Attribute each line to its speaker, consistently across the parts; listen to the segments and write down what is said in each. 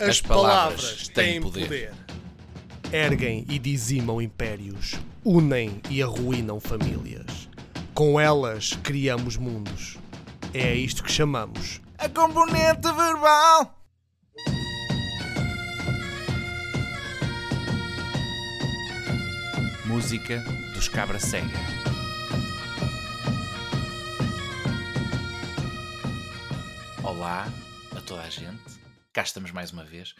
Speaker 1: As, palavras, têm poder.
Speaker 2: Erguem e dizimam impérios, unem e arruinam famílias. Com elas criamos mundos. É a isto que chamamos.
Speaker 3: A componente verbal.
Speaker 1: Música dos Cabra Cega. Olá a toda a gente. Cá estamos mais uma vez.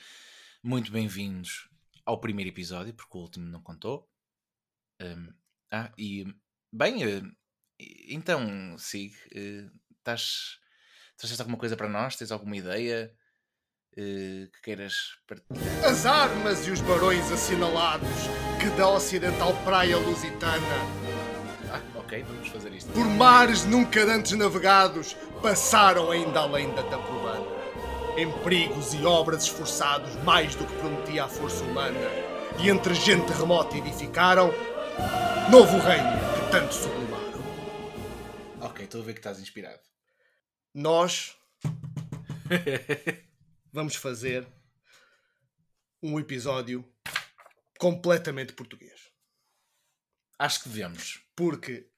Speaker 1: Muito bem-vindos ao primeiro episódio, porque o último não contou. Hum, ah, e bem, eh, então, Sig, eh, estás. Trouxeste alguma coisa para nós? Tens alguma ideia eh, que queiras partilhar?
Speaker 4: As armas e os barões assinalados que da ocidental praia lusitana,
Speaker 1: Ah, ok, vamos fazer isto.
Speaker 4: por mares nunca antes navegados, passaram ainda além da Taprobana. Em perigos e obras esforçados mais do que prometia a força humana, e entre gente remota edificaram novo reino que tanto sublimaram.
Speaker 1: Ok, estou a ver que estás inspirado.
Speaker 4: Nós vamos fazer um episódio completamente português.
Speaker 1: Acho que devemos.
Speaker 4: porque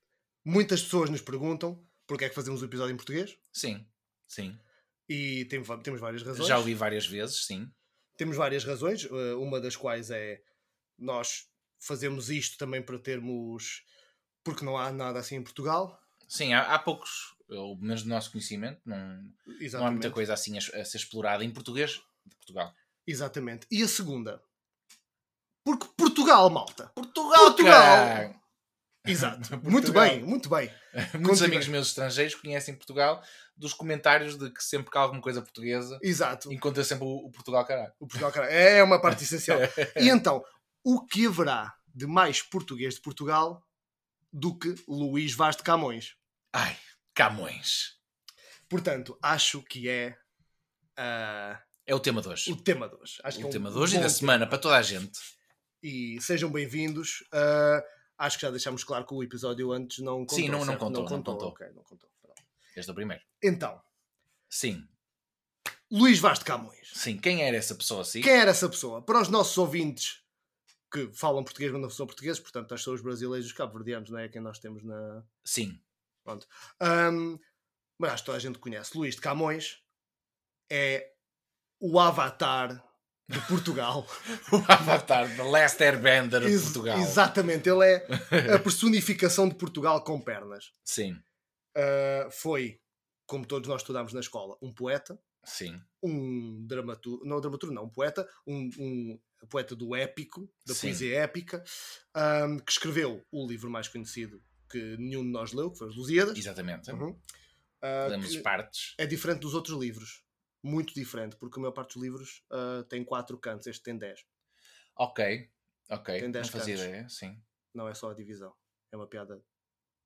Speaker 4: muitas pessoas nos perguntam porque é que fazemos o episódio em português
Speaker 1: Sim, sim.
Speaker 4: e tem- temos várias razões.
Speaker 1: Já ouvi várias vezes, sim.
Speaker 4: Temos várias razões, eh, uma das quais é nós fazemos isto também para termos. porque não há nada assim em Portugal.
Speaker 1: Sim, há, há poucos, ou menos do nosso conhecimento, não, não há muita coisa assim a, a ser explorada em português de Portugal.
Speaker 4: Exatamente. E a segunda? Porque Portugal, malta!
Speaker 1: Portugal!
Speaker 4: Portugal! Exato. Muito
Speaker 1: Portugal.
Speaker 4: bem, muito bem.
Speaker 1: Muitos
Speaker 4: Continua.
Speaker 1: amigos meus estrangeiros conhecem Portugal dos comentários de que sempre que há alguma coisa portuguesa
Speaker 4: Exato.
Speaker 1: encontra sempre o, o Portugal, caralho.
Speaker 4: O Portugal, caralho. É uma parte essencial. E então, o que haverá de mais português de Portugal do que Luís Vaz de Camões?
Speaker 1: Ai, Camões.
Speaker 4: Portanto, acho que é ah,
Speaker 1: É o tema de hoje.
Speaker 4: o tema de hoje. Acho que
Speaker 1: o
Speaker 4: é um
Speaker 1: tema de hoje e
Speaker 4: bom
Speaker 1: da
Speaker 4: tema.
Speaker 1: semana para toda a gente.
Speaker 4: E sejam bem-vindos. Ah, acho que já deixámos claro que o episódio antes não contou.
Speaker 1: Sim, não- não
Speaker 4: certo?
Speaker 1: contou, não contou.
Speaker 4: ok, não contou. Pronto.
Speaker 1: Este é o primeiro.
Speaker 4: Então,
Speaker 1: Sim,
Speaker 4: Luís Vaz de Camões.
Speaker 1: sim. Quem era essa pessoa assim?
Speaker 4: Quem era essa pessoa? Para os nossos ouvintes que falam português, mas não são portugueses, portanto, nós somos brasileiros e os cabo-verdianos, não é? Quem nós temos na,
Speaker 1: Sim.
Speaker 4: Ahm, mas acho que toda a gente conhece. Luís de Camões é o avatar de Portugal.
Speaker 1: O Avatar, The Last Airbender de
Speaker 4: Ex-
Speaker 1: Portugal.
Speaker 4: Exatamente, ele é a personificação de Portugal com pernas.
Speaker 1: Sim,
Speaker 4: Ah, foi, como todos nós estudámos na escola, um poeta,
Speaker 1: sim,
Speaker 4: um dramaturgo, não dramaturgo, não, um poeta, um, um poeta do épico, da
Speaker 1: Sim.
Speaker 4: poesia épica, ahm, que escreveu o livro mais conhecido que nenhum de nós leu, que foi Os Lusíadas.
Speaker 1: exatamente.
Speaker 4: Uhum. Ah,
Speaker 1: Lemos
Speaker 4: que-
Speaker 1: partes.
Speaker 4: é diferente dos outros livros. Muito diferente, porque a maior parte dos livros ah, tem quatro cantos, este tem 10.
Speaker 1: Ok, ok.
Speaker 4: Tem
Speaker 1: Não
Speaker 4: dez
Speaker 1: fazia
Speaker 4: cantos.
Speaker 1: ideia, sim.
Speaker 4: Não é só a divisão. É uma piada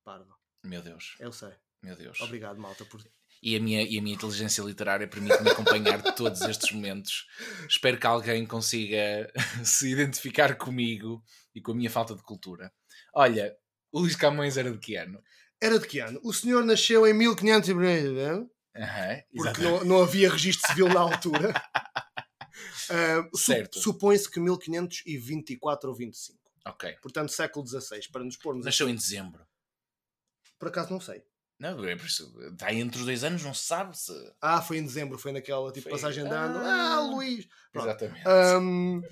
Speaker 4: parva.
Speaker 1: Meu Deus,
Speaker 4: Eu sei.
Speaker 1: meu Deus.
Speaker 4: Obrigado, malta, por
Speaker 1: E a minha, e a minha inteligência literária permite-me acompanhar todos estes momentos. Espero que alguém consiga se identificar comigo e com a minha falta de cultura. Olha, o Luís Camões era de que ano?
Speaker 4: Era de que ano? O senhor nasceu em 1500 e... blá,
Speaker 1: Aham,
Speaker 4: porque
Speaker 1: exatamente.
Speaker 4: não, não havia registro civil na altura. Ah, su-
Speaker 1: Certo.
Speaker 4: Supõe-se que 1524 ou 25.
Speaker 1: Ok.
Speaker 4: Portanto, século XVI, para nos pormos.
Speaker 1: Nasceu em dezembro.
Speaker 4: Por acaso não sei.
Speaker 1: Não, é por isso. Está entre os dois anos, não se sabe se.
Speaker 4: Ah, foi em dezembro, foi naquela tipo
Speaker 1: Foi-
Speaker 4: passagem de ano.
Speaker 1: Ah.
Speaker 4: Ah, Luís! Pronto.
Speaker 1: Exatamente.
Speaker 4: Ahm,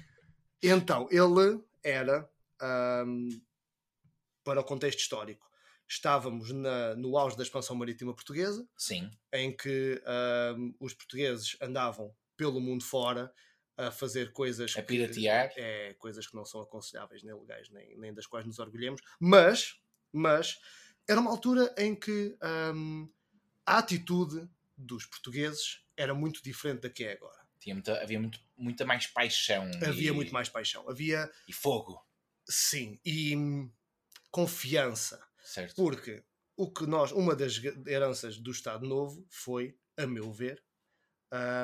Speaker 4: então, ele era, ahm, para o contexto histórico, estávamos na- no auge da expansão marítima portuguesa,
Speaker 1: Sim,
Speaker 4: em que ahm, os portugueses andavam pelo mundo fora a fazer coisas
Speaker 1: a piratear.
Speaker 4: que, é, coisas que não são aconselháveis, nem legais, nem, nem das quais nos orgulhemos, mas, mas era uma altura em que ahm, a atitude dos portugueses era muito diferente da que é agora.
Speaker 1: Tinha muita, havia muito, muita mais paixão.
Speaker 4: Havia
Speaker 1: e-
Speaker 4: muito mais paixão, havia
Speaker 1: E fogo,
Speaker 4: Sim, e hum, confiança.
Speaker 1: certo?
Speaker 4: Porque o que nós, uma das ga- heranças do Estado Novo foi, a meu ver,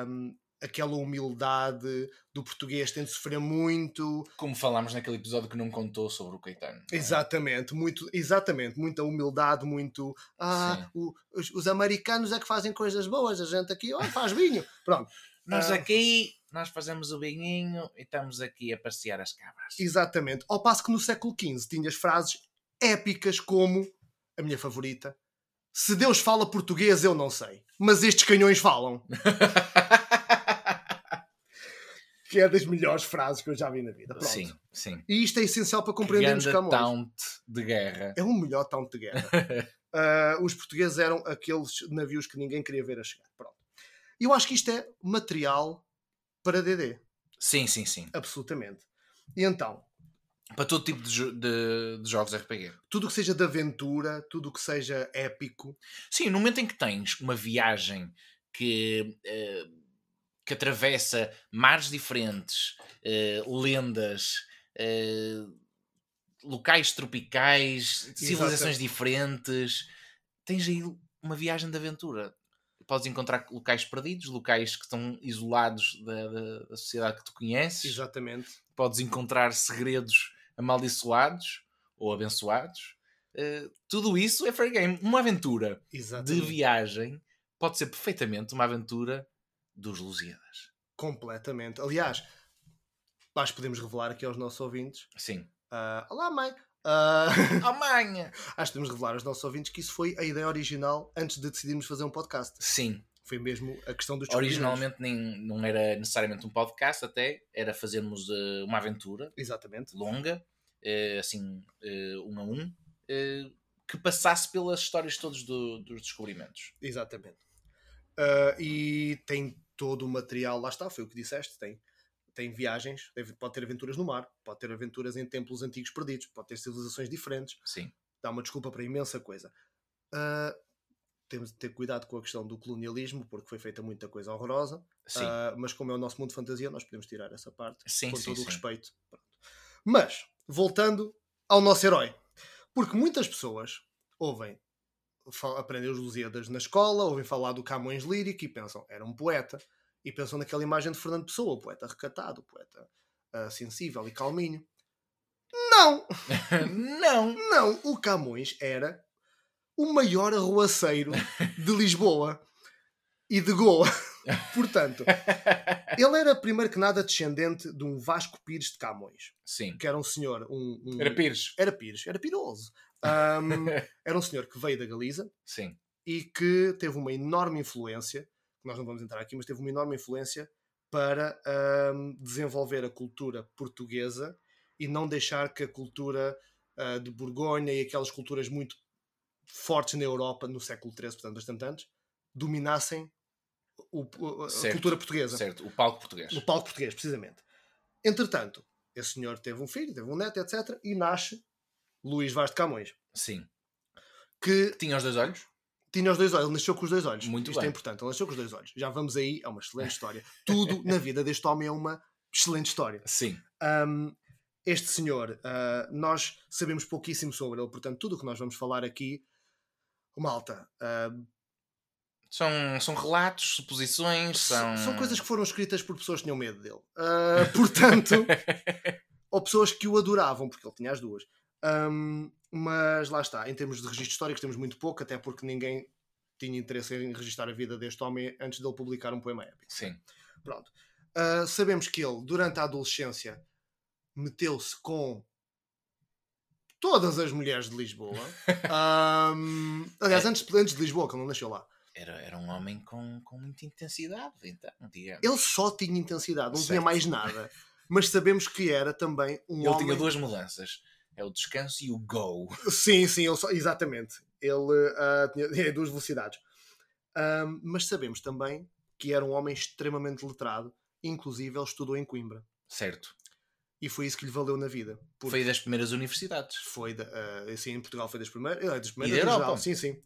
Speaker 4: hum, aquela humildade do português tem de sofrer muito,
Speaker 1: Como falámos naquele episódio que não contou sobre o Caetano. não é?
Speaker 4: exatamente, muito, exatamente, muita humildade, muito ah, o- os, os americanos é que fazem coisas boas, a gente aqui ó, faz vinho. Pronto,
Speaker 1: Nós
Speaker 4: Ah.
Speaker 1: aqui nós fazemos o banhinho e estamos aqui a passear as cabras.
Speaker 4: Exatamente. Ao passo que no século XV tinhas frases épicas como a minha favorita: Se Deus fala português, eu não sei, mas estes canhões falam. que é das melhores frases que eu já vi na vida. Pronto.
Speaker 1: Sim, sim.
Speaker 4: E isto é essencial para compreendermos
Speaker 1: Grande
Speaker 4: Camões.
Speaker 1: taunt de guerra.
Speaker 4: É o melhor tão de guerra. Ah, os portugueses eram aqueles navios que ninguém queria ver a chegar. Pronto. Eu acho que isto é material para DD,
Speaker 1: Sim, sim, sim.
Speaker 4: absolutamente. E então,
Speaker 1: Para todo tipo de, jo- de- de jogos RPG.
Speaker 4: tudo o que seja de aventura, tudo o que seja épico,
Speaker 1: Sim, no momento em que tens uma viagem que, eh, que atravessa mares diferentes, eh, lendas, eh, locais tropicais, civilizações diferentes, tens aí uma viagem de aventura. Podes encontrar locais perdidos, locais que estão isolados da, da- da sociedade que tu conheces.
Speaker 4: exatamente.
Speaker 1: Podes encontrar segredos amaldiçoados ou abençoados. Eh, tudo isso é fair game. Uma aventura de
Speaker 4: Exatamente.
Speaker 1: viagem pode ser perfeitamente uma aventura dos Lusíadas.
Speaker 4: Completamente. Aliás, nós podemos revelar aqui aos nossos ouvintes.
Speaker 1: Sim.
Speaker 4: ah, olá, mãe! Ah,
Speaker 1: Alemanha!
Speaker 4: acho que podemos revelar aos nossos ouvintes que isso foi a ideia original antes de decidirmos fazer um podcast.
Speaker 1: Sim.
Speaker 4: Foi mesmo a questão dos
Speaker 1: Originalmente nem, não era necessariamente um podcast, até era fazermos eh, uma aventura
Speaker 4: descobrimentos. Exatamente.
Speaker 1: longa, eh, assim, eh, um a um, eh, que passasse pelas histórias todas do- dos descobrimentos.
Speaker 4: Exatamente. Ah, e tem todo o material, lá está, foi o que disseste, tem, tem viagens, deve- pode ter aventuras no mar, pode ter aventuras em templos antigos perdidos, pode ter civilizações diferentes,
Speaker 1: Sim.
Speaker 4: dá uma desculpa para imensa coisa. Ah, temos de ter cuidado com a questão do colonialismo, porque foi feita muita coisa horrorosa,
Speaker 1: Sim.
Speaker 4: Ah, mas como é o nosso mundo de fantasia, nós podemos tirar essa parte
Speaker 1: sim,
Speaker 4: com
Speaker 1: sim,
Speaker 4: todo o
Speaker 1: sim.
Speaker 4: respeito. Pronto. Mas, voltando ao nosso herói. Porque muitas pessoas ouvem fa- aprendem os Lusíadas na escola, ouvem falar do Camões lírico e pensam, era um poeta. E pensam naquela imagem de Fernando Pessoa, o poeta recatado, o poeta ah, sensível e calminho. Não!
Speaker 1: não!
Speaker 4: Não! O Camões era o maior arruaceiro de Lisboa e de Goa. Portanto, ele era, primeiro que nada, descendente de um Vasco Pires de Camões,
Speaker 1: Sim.
Speaker 4: que era um senhor. Um, um-
Speaker 1: Era Pires.
Speaker 4: era Pires, era piroso. Ahm, era um senhor que veio da Galiza
Speaker 1: Sim.
Speaker 4: e que teve uma enorme influência. Nós não vamos entrar aqui, mas teve uma enorme influência para ahm, desenvolver a cultura portuguesa e não deixar que a cultura ah, de Borgonha e aquelas culturas muito fortes na Europa no século XIII, portanto, bastante antes, dominassem o- o- a
Speaker 1: Certo,
Speaker 4: cultura portuguesa.
Speaker 1: Certo. O palco português.
Speaker 4: No palco português, precisamente. Entretanto, esse senhor teve um filho, teve um neto, etc. E nasce Luís Vaz de Camões,
Speaker 1: Sim.
Speaker 4: que
Speaker 1: Tinha os dois olhos?
Speaker 4: tinha os dois olhos, ele nasceu com os dois olhos.
Speaker 1: Muito
Speaker 4: Isto é
Speaker 1: bem.
Speaker 4: importante, ele nasceu com os dois olhos. Já vamos aí, é uma excelente história. Tudo na vida deste homem é uma excelente história.
Speaker 1: Sim.
Speaker 4: Ahm, este senhor, ah, nós sabemos pouquíssimo sobre ele, portanto, tudo o que nós vamos falar aqui, malta, ah,
Speaker 1: São, são relatos, suposições, são.
Speaker 4: são... coisas que foram escritas por pessoas que tinham medo dele. Ah, portanto, ou pessoas que o adoravam, porque ele tinha as duas. Ahm, mas lá está, em termos de registro histórico, temos muito pouco, até porque ninguém tinha interesse em registrar a vida deste homem antes dele publicar um poema épico.
Speaker 1: Sim.
Speaker 4: Pronto. Ah, sabemos que ele, durante a adolescência, meteu-se com todas as mulheres de Lisboa. Ahm, aliás, antes, antes de Lisboa, que ele não nasceu lá.
Speaker 1: Era, era um homem com, com muita intensidade, então, digamos.
Speaker 4: Ele só tinha intensidade, não tinha
Speaker 1: Certo.
Speaker 4: mais nada. Mas sabemos que era também um
Speaker 1: Ele
Speaker 4: homem.
Speaker 1: tinha duas mudanças. É o descanso e o go.
Speaker 4: Sim, sim, ele só... exatamente. Ele ah, tinha tinha duas velocidades. Ahm, mas sabemos também que era um homem extremamente letrado, inclusive ele estudou em Coimbra.
Speaker 1: Certo.
Speaker 4: E foi isso que lhe valeu na vida. Porque
Speaker 1: Foi das primeiras universidades.
Speaker 4: foi da, ah, assim, em Portugal foi das primeiras, ele é das primeiras
Speaker 1: E da
Speaker 4: no
Speaker 1: Europa.
Speaker 4: geral, sim, sim.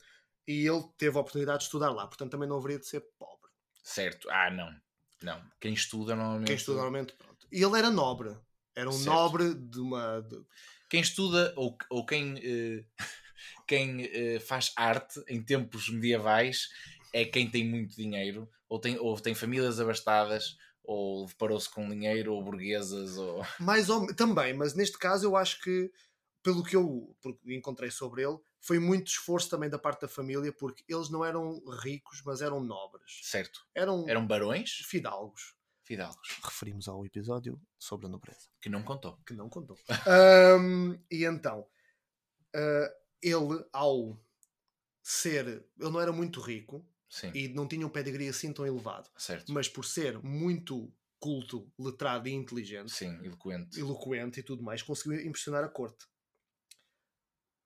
Speaker 4: E ele teve a oportunidade de estudar lá, portanto também não haveria de ser pobre.
Speaker 1: Certo. Ah, não. Não. Quem estuda normalmente.
Speaker 4: Quem estuda normalmente, pronto. E ele era nobre, era um
Speaker 1: Certo.
Speaker 4: nobre de uma. de-
Speaker 1: Quem estuda ou, ou quem, eh, quem eh, faz arte em tempos medievais é quem tem muito dinheiro ou tem, ou tem famílias abastadas ou deparou-se com dinheiro ou burguesas ou.
Speaker 4: Mais ou também, mas neste caso eu acho que, pelo que eu porque encontrei sobre ele, foi muito esforço também da parte da família, porque eles não eram ricos, mas eram nobres.
Speaker 1: Certo.
Speaker 4: Eram,
Speaker 1: Eram barões?
Speaker 4: fidalgos.
Speaker 1: Fidalgos,
Speaker 5: Referimos ao episódio sobre a nobreza.
Speaker 1: que não contou.
Speaker 4: que não contou. Ahm, e então, ah, ele, ao ser. Ele não era muito rico
Speaker 1: Sim,
Speaker 4: e não tinha um pedigree assim tão elevado,
Speaker 1: certo.
Speaker 4: mas por ser muito culto, letrado e inteligente,
Speaker 1: Sim, eloquente.
Speaker 4: eloquente e tudo mais, conseguiu impressionar a corte.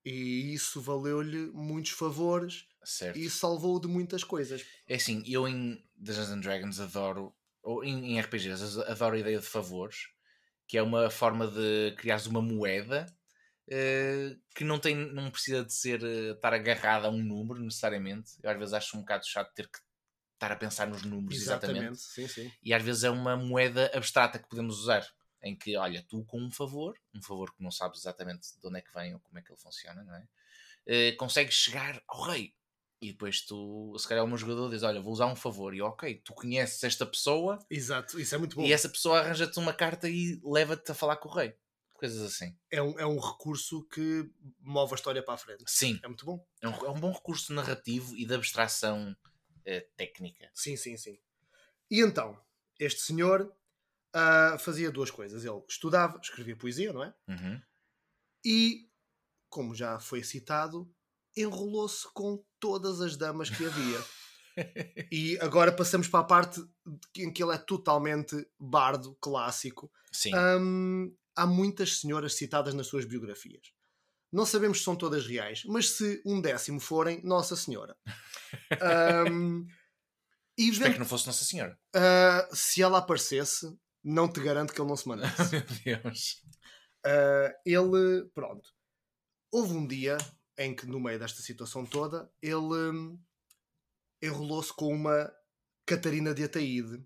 Speaker 4: E isso valeu-lhe muitos favores
Speaker 1: Certo.
Speaker 4: e salvou-o de muitas coisas.
Speaker 1: É assim, eu em Dungeons and Dragons adoro, ou em, em RPGs, adoro a ideia de favores, que é uma forma de criares uma moeda eh, que não, tem, não precisa de ser eh, estar agarrada a um número necessariamente. Eu às vezes acho um bocado chato ter que estar a pensar nos números exatamente.
Speaker 4: Sim, sim.
Speaker 1: E às vezes é uma moeda abstrata que podemos usar, em que, olha, tu com um favor, um favor que não sabes exatamente de onde é que vem ou como é que ele funciona, não é? Eh, consegues chegar ao rei. E depois tu, se calhar, um jogador diz: Olha, vou usar um favor. E eu, ok, tu conheces esta pessoa
Speaker 4: Exato, isso é muito bom.
Speaker 1: e essa pessoa arranja-te uma carta e leva-te a falar com o rei. Coisas assim.
Speaker 4: É, um, é um recurso que move a história para a frente.
Speaker 1: Sim,
Speaker 4: É muito bom.
Speaker 1: é um, é um bom recurso narrativo e de abstração eh, técnica.
Speaker 4: Sim, sim, sim. E então, este senhor ah, fazia duas coisas. Ele estudava, escrevia poesia, não é?
Speaker 1: Uhum.
Speaker 4: E, como já foi citado, enrolou-se com todas as damas que havia. e agora passamos para a parte de- em que ele é totalmente bardo clássico.
Speaker 1: Sim,
Speaker 4: Hum, há muitas senhoras citadas nas suas biografias. Não sabemos se são todas reais, mas se um décimo forem, Nossa Senhora. Hum, e
Speaker 1: espero
Speaker 4: vem-
Speaker 1: que não fosse Nossa Senhora.
Speaker 4: ah, se ela aparecesse, não te garanto que ele não se mandasse.
Speaker 1: Meu Deus.
Speaker 4: Ah, ele, pronto. Houve um dia em que, no meio desta situação toda, ele hum, enrolou-se com uma Catarina de Ataíde,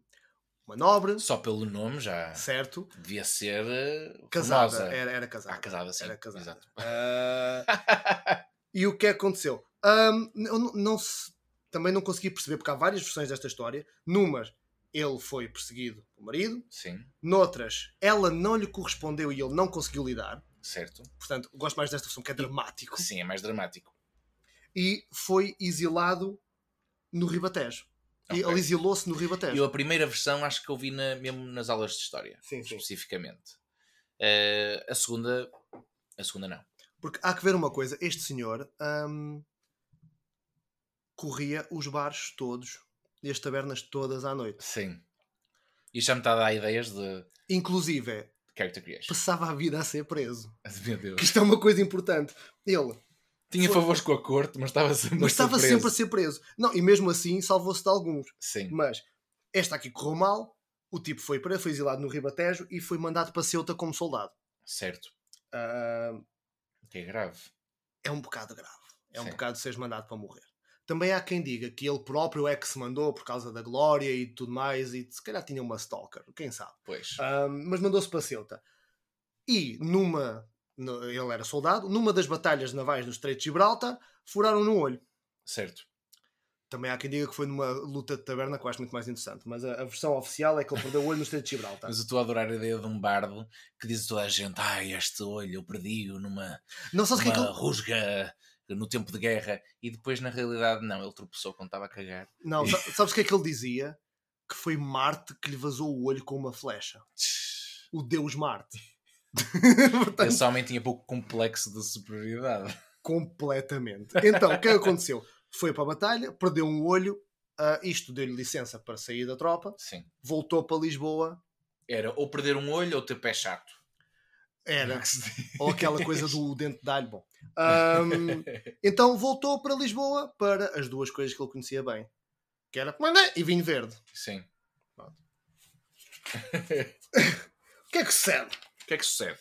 Speaker 4: uma nobre,
Speaker 1: Só pelo nome já.
Speaker 4: certo?
Speaker 1: devia ser eh,
Speaker 4: Casada,
Speaker 1: famosa.
Speaker 4: era, era casada.
Speaker 1: Ah, casada, sim.
Speaker 4: Era casada.
Speaker 1: Exato.
Speaker 4: Ah, e o que é que aconteceu? Ahm, eu não, não se- também não consegui perceber, porque há várias versões desta história. Numas, ele foi perseguido pelo marido.
Speaker 1: Sim,
Speaker 4: Noutras, ela não lhe correspondeu e ele não conseguiu lidar.
Speaker 1: certo.
Speaker 4: Portanto, gosto mais desta versão, que é dramático.
Speaker 1: Sim, é mais dramático.
Speaker 4: E foi exilado no Ribatejo. E
Speaker 1: Ok.
Speaker 4: ele exilou-se no Ribatejo.
Speaker 1: Eu a primeira versão acho que eu vi na- mesmo nas aulas de história,
Speaker 4: Sim, sim.
Speaker 1: especificamente. Eh, a segunda. A segunda não.
Speaker 4: Porque há que ver uma coisa, este senhor hum, corria os bares todos e as tabernas todas à noite.
Speaker 1: Sim. E já me está a dar ideias de
Speaker 4: Inclusive,
Speaker 1: character creation.
Speaker 4: passava a vida a ser preso.
Speaker 1: Meu
Speaker 4: Que
Speaker 1: Deus.
Speaker 4: isto é uma coisa importante. Ele,
Speaker 1: Tinha
Speaker 4: Foi-
Speaker 1: favores com a corte, mas estava sempre
Speaker 4: mas
Speaker 1: a ser
Speaker 4: estava
Speaker 1: preso.
Speaker 4: sempre a ser preso. Não, e mesmo assim salvou-se de alguns.
Speaker 1: Sim.
Speaker 4: Mas esta aqui correu mal, o tipo foi preso, foi exilado no Ribatejo e foi mandado para Ceuta como soldado.
Speaker 1: Certo.
Speaker 4: Ah,
Speaker 1: Que é grave.
Speaker 4: é um bocado grave. É um
Speaker 1: Sim.
Speaker 4: bocado seres mandado para morrer. Também há quem diga que ele próprio é que se mandou por causa da glória e tudo mais, e se calhar tinha uma stalker, quem sabe.
Speaker 1: Pois.
Speaker 4: Ahm, mas mandou-se para Ceuta. E numa. no- ele era soldado, numa das batalhas navais no Estreito de Gibraltar, furaram no olho.
Speaker 1: Certo.
Speaker 4: Também há quem diga que foi numa luta de taberna que eu acho muito mais interessante, mas a, a versão oficial é que ele perdeu o olho no Estreito de Gibraltar.
Speaker 1: Mas eu estou a adorar a ideia de um bardo que diz a toda a gente: Ah, este olho eu perdi-o numa
Speaker 4: Não sabes o que é que
Speaker 1: uma
Speaker 4: ele.
Speaker 1: rusga no tempo de guerra e depois na realidade não, ele tropeçou quando estava a cagar.
Speaker 4: Não, sa- sabes o que é que ele dizia? Que foi Marte que lhe vazou o olho com uma flecha.
Speaker 1: Tch,
Speaker 4: O Deus Marte. É Portanto,
Speaker 1: Esse homem tinha pouco complexo de superioridade.
Speaker 4: completamente. Então, o que é que aconteceu? Foi para a batalha, perdeu um olho, ah, isto deu-lhe licença para sair da tropa,
Speaker 1: Sim.
Speaker 4: voltou para Lisboa,
Speaker 1: Era ou perder um olho ou ter pé chato.
Speaker 4: era, ou aquela coisa do dente de alho, bom. Ahm, então voltou para Lisboa para as duas coisas que ele conhecia bem, que era comandante e vinho verde.
Speaker 1: Sim.
Speaker 4: O que é que sucede?
Speaker 1: O que é que sucede?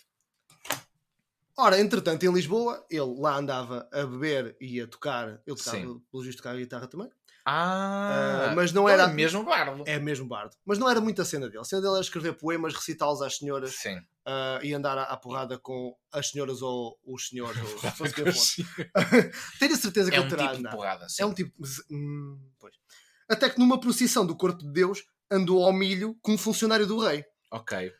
Speaker 4: Ora, entretanto, em Lisboa, ele lá andava a beber e a tocar, ele tocava,
Speaker 1: Sim.
Speaker 4: pelo visto, tocava guitarra também,
Speaker 1: Ah,
Speaker 4: Ah, mas não era-
Speaker 1: é mesmo bardo.
Speaker 4: é mesmo bardo, mas não era muito a cena dele, a cena dele era escrever poemas, recitá-los às senhoras,
Speaker 1: Sim.
Speaker 4: ah, e andar à, à porrada com as senhoras ou os senhores. Ou, se fosse quem fosse.
Speaker 1: É
Speaker 4: Tenho a certeza que
Speaker 1: um
Speaker 4: ele terá
Speaker 1: tipo de
Speaker 4: andado.
Speaker 1: porrada. Sim.
Speaker 4: É um tipo. mas, hum, pois. Até que numa procissão do corpo de Deus andou ao milho como funcionário do rei,
Speaker 1: Ok.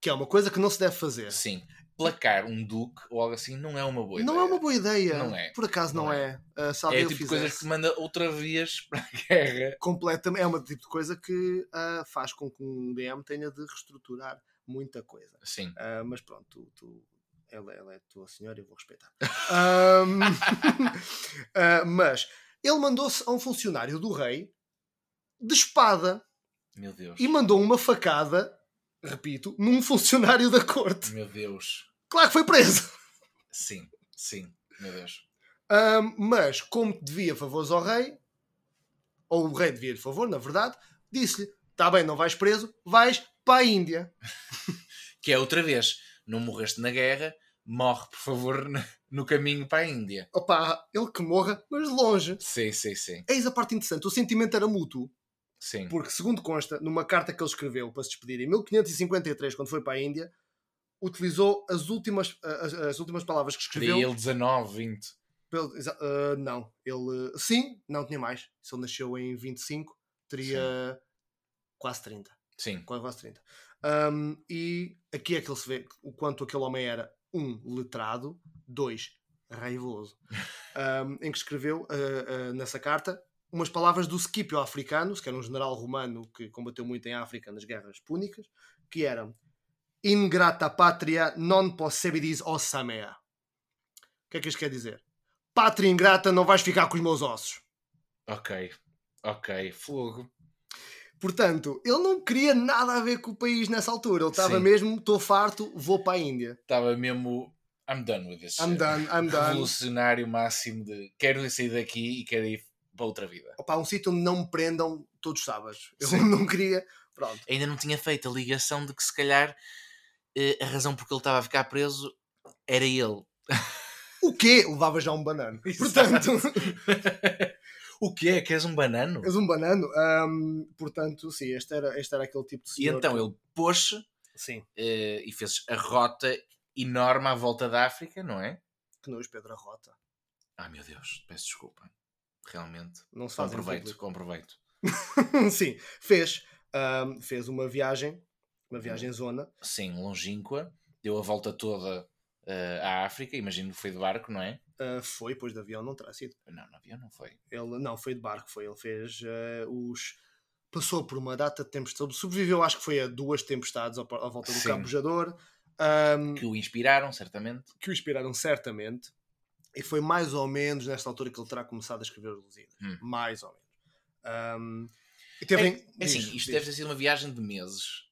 Speaker 4: que é uma coisa que não se deve fazer.
Speaker 1: Sim. placar um duque ou algo assim não é uma boa
Speaker 4: não
Speaker 1: ideia.
Speaker 4: é uma boa ideia.
Speaker 1: Não é.
Speaker 4: Por acaso não,
Speaker 1: Não
Speaker 4: é. Ah, se
Speaker 1: É
Speaker 4: alguém o
Speaker 1: tipo de
Speaker 4: fizesse,
Speaker 1: coisas que manda outra vez para a guerra.
Speaker 4: completamente, é uma tipo de coisa que ah, faz com que um DM tenha de reestruturar muita coisa.
Speaker 1: Sim.
Speaker 4: Ah, mas pronto, tu, tu- ela, ela é a tua senhora, eu vou respeitar. Ahm, ah, mas ele mandou-se a um funcionário do rei de espada
Speaker 1: Meu Deus.
Speaker 4: e mandou uma facada, repito, num funcionário da corte.
Speaker 1: Meu Deus.
Speaker 4: Claro que foi preso.
Speaker 1: Sim. Sim. Meu Deus.
Speaker 4: Ahm, mas, como devia favores ao rei, ou o rei devia-lhe favor, na verdade, disse-lhe: está bem, não vais preso, vais para a Índia.
Speaker 1: Que é outra vez. Não morreste na guerra, morre, por favor, no- no caminho para a Índia.
Speaker 4: Opa, ele que morra, mas longe.
Speaker 1: Sim, sim, sim.
Speaker 4: Eis a parte interessante: o sentimento era mútuo.
Speaker 1: Sim.
Speaker 4: Porque, segundo consta, numa carta que ele escreveu para se despedir em 1553, quando foi para a Índia, utilizou as últimas, a- as, as últimas palavras que
Speaker 1: Daí
Speaker 4: escreveu.
Speaker 1: ele 19, 20.
Speaker 4: pelo- exa- ah, não, ele. Sim, não tinha mais. Se ele nasceu em 25, teria quase 30.
Speaker 1: Sim.
Speaker 4: Quase, quase 30. Ahm, e aqui é que ele se vê o quanto aquele homem era: um, letrado, dois, raivoso. Ahm, em que escreveu ah, ah, nessa carta umas palavras do Scipio Africanus, que era um general romano que combateu muito em África nas guerras púnicas, que eram Ingrata patria non possibilis ossamea. O que é que isto quer dizer? Pátria ingrata, não vais ficar com os meus ossos.
Speaker 1: Ok. Ok. Fogo.
Speaker 4: Portanto, ele não queria nada a ver com o país nessa altura. Ele estava
Speaker 1: Sim.
Speaker 4: mesmo, estou farto, vou para a Índia.
Speaker 1: Estava mesmo. I'm done with this.
Speaker 4: I'm
Speaker 1: shit.
Speaker 4: done, I'm done.
Speaker 1: Revolucionário máximo de quero sair daqui e quero ir para outra vida.
Speaker 4: Opa, um sítio onde não me prendam todos os sábados. Eu
Speaker 1: Sim.
Speaker 4: não queria. Pronto.
Speaker 1: Ainda não tinha feito a ligação de que se calhar eh, a razão porque ele estava a ficar preso era ele.
Speaker 4: O quê? Levava já um banano. Portanto,
Speaker 1: o que é? Queres um banano?
Speaker 4: és um banano. Ahm, portanto, sim, este era, este era aquele tipo de
Speaker 1: E
Speaker 4: senhor.
Speaker 1: então ele pôs
Speaker 4: Sim,
Speaker 1: eh, e fez a rota enorme à volta da África, não é?
Speaker 4: que nojo, Pedro Arrota.
Speaker 1: Ah, meu Deus, peço desculpa. Realmente.
Speaker 4: Não se faz um em
Speaker 1: Comproveito,
Speaker 4: público.
Speaker 1: comproveito.
Speaker 4: Sim, fez. ahm, fez uma viagem, uma
Speaker 1: Hum.
Speaker 4: viagem zona.
Speaker 1: Sim, longínqua. Deu a volta toda eh, à África. Imagino que foi de barco, não é?
Speaker 4: Ah, foi, pois de avião não terá sido.
Speaker 1: Não, não havia, não foi.
Speaker 4: Ele não foi de barco, foi ele fez eh, os passou por uma data de tempestades, sobreviveu acho que foi a duas tempestades ao- à volta do
Speaker 1: Sim.
Speaker 4: Campo Jador, ahm,
Speaker 1: Que o inspiraram, certamente.
Speaker 4: que o inspiraram certamente. E foi mais ou menos nesta altura que ele terá começado a escrever os Lusíadas,
Speaker 1: Hum.
Speaker 4: mais ou menos. Ahm, e teve em-
Speaker 1: É assim,
Speaker 4: diz,
Speaker 1: isto
Speaker 4: diz.
Speaker 1: deve ter sido uma viagem de meses,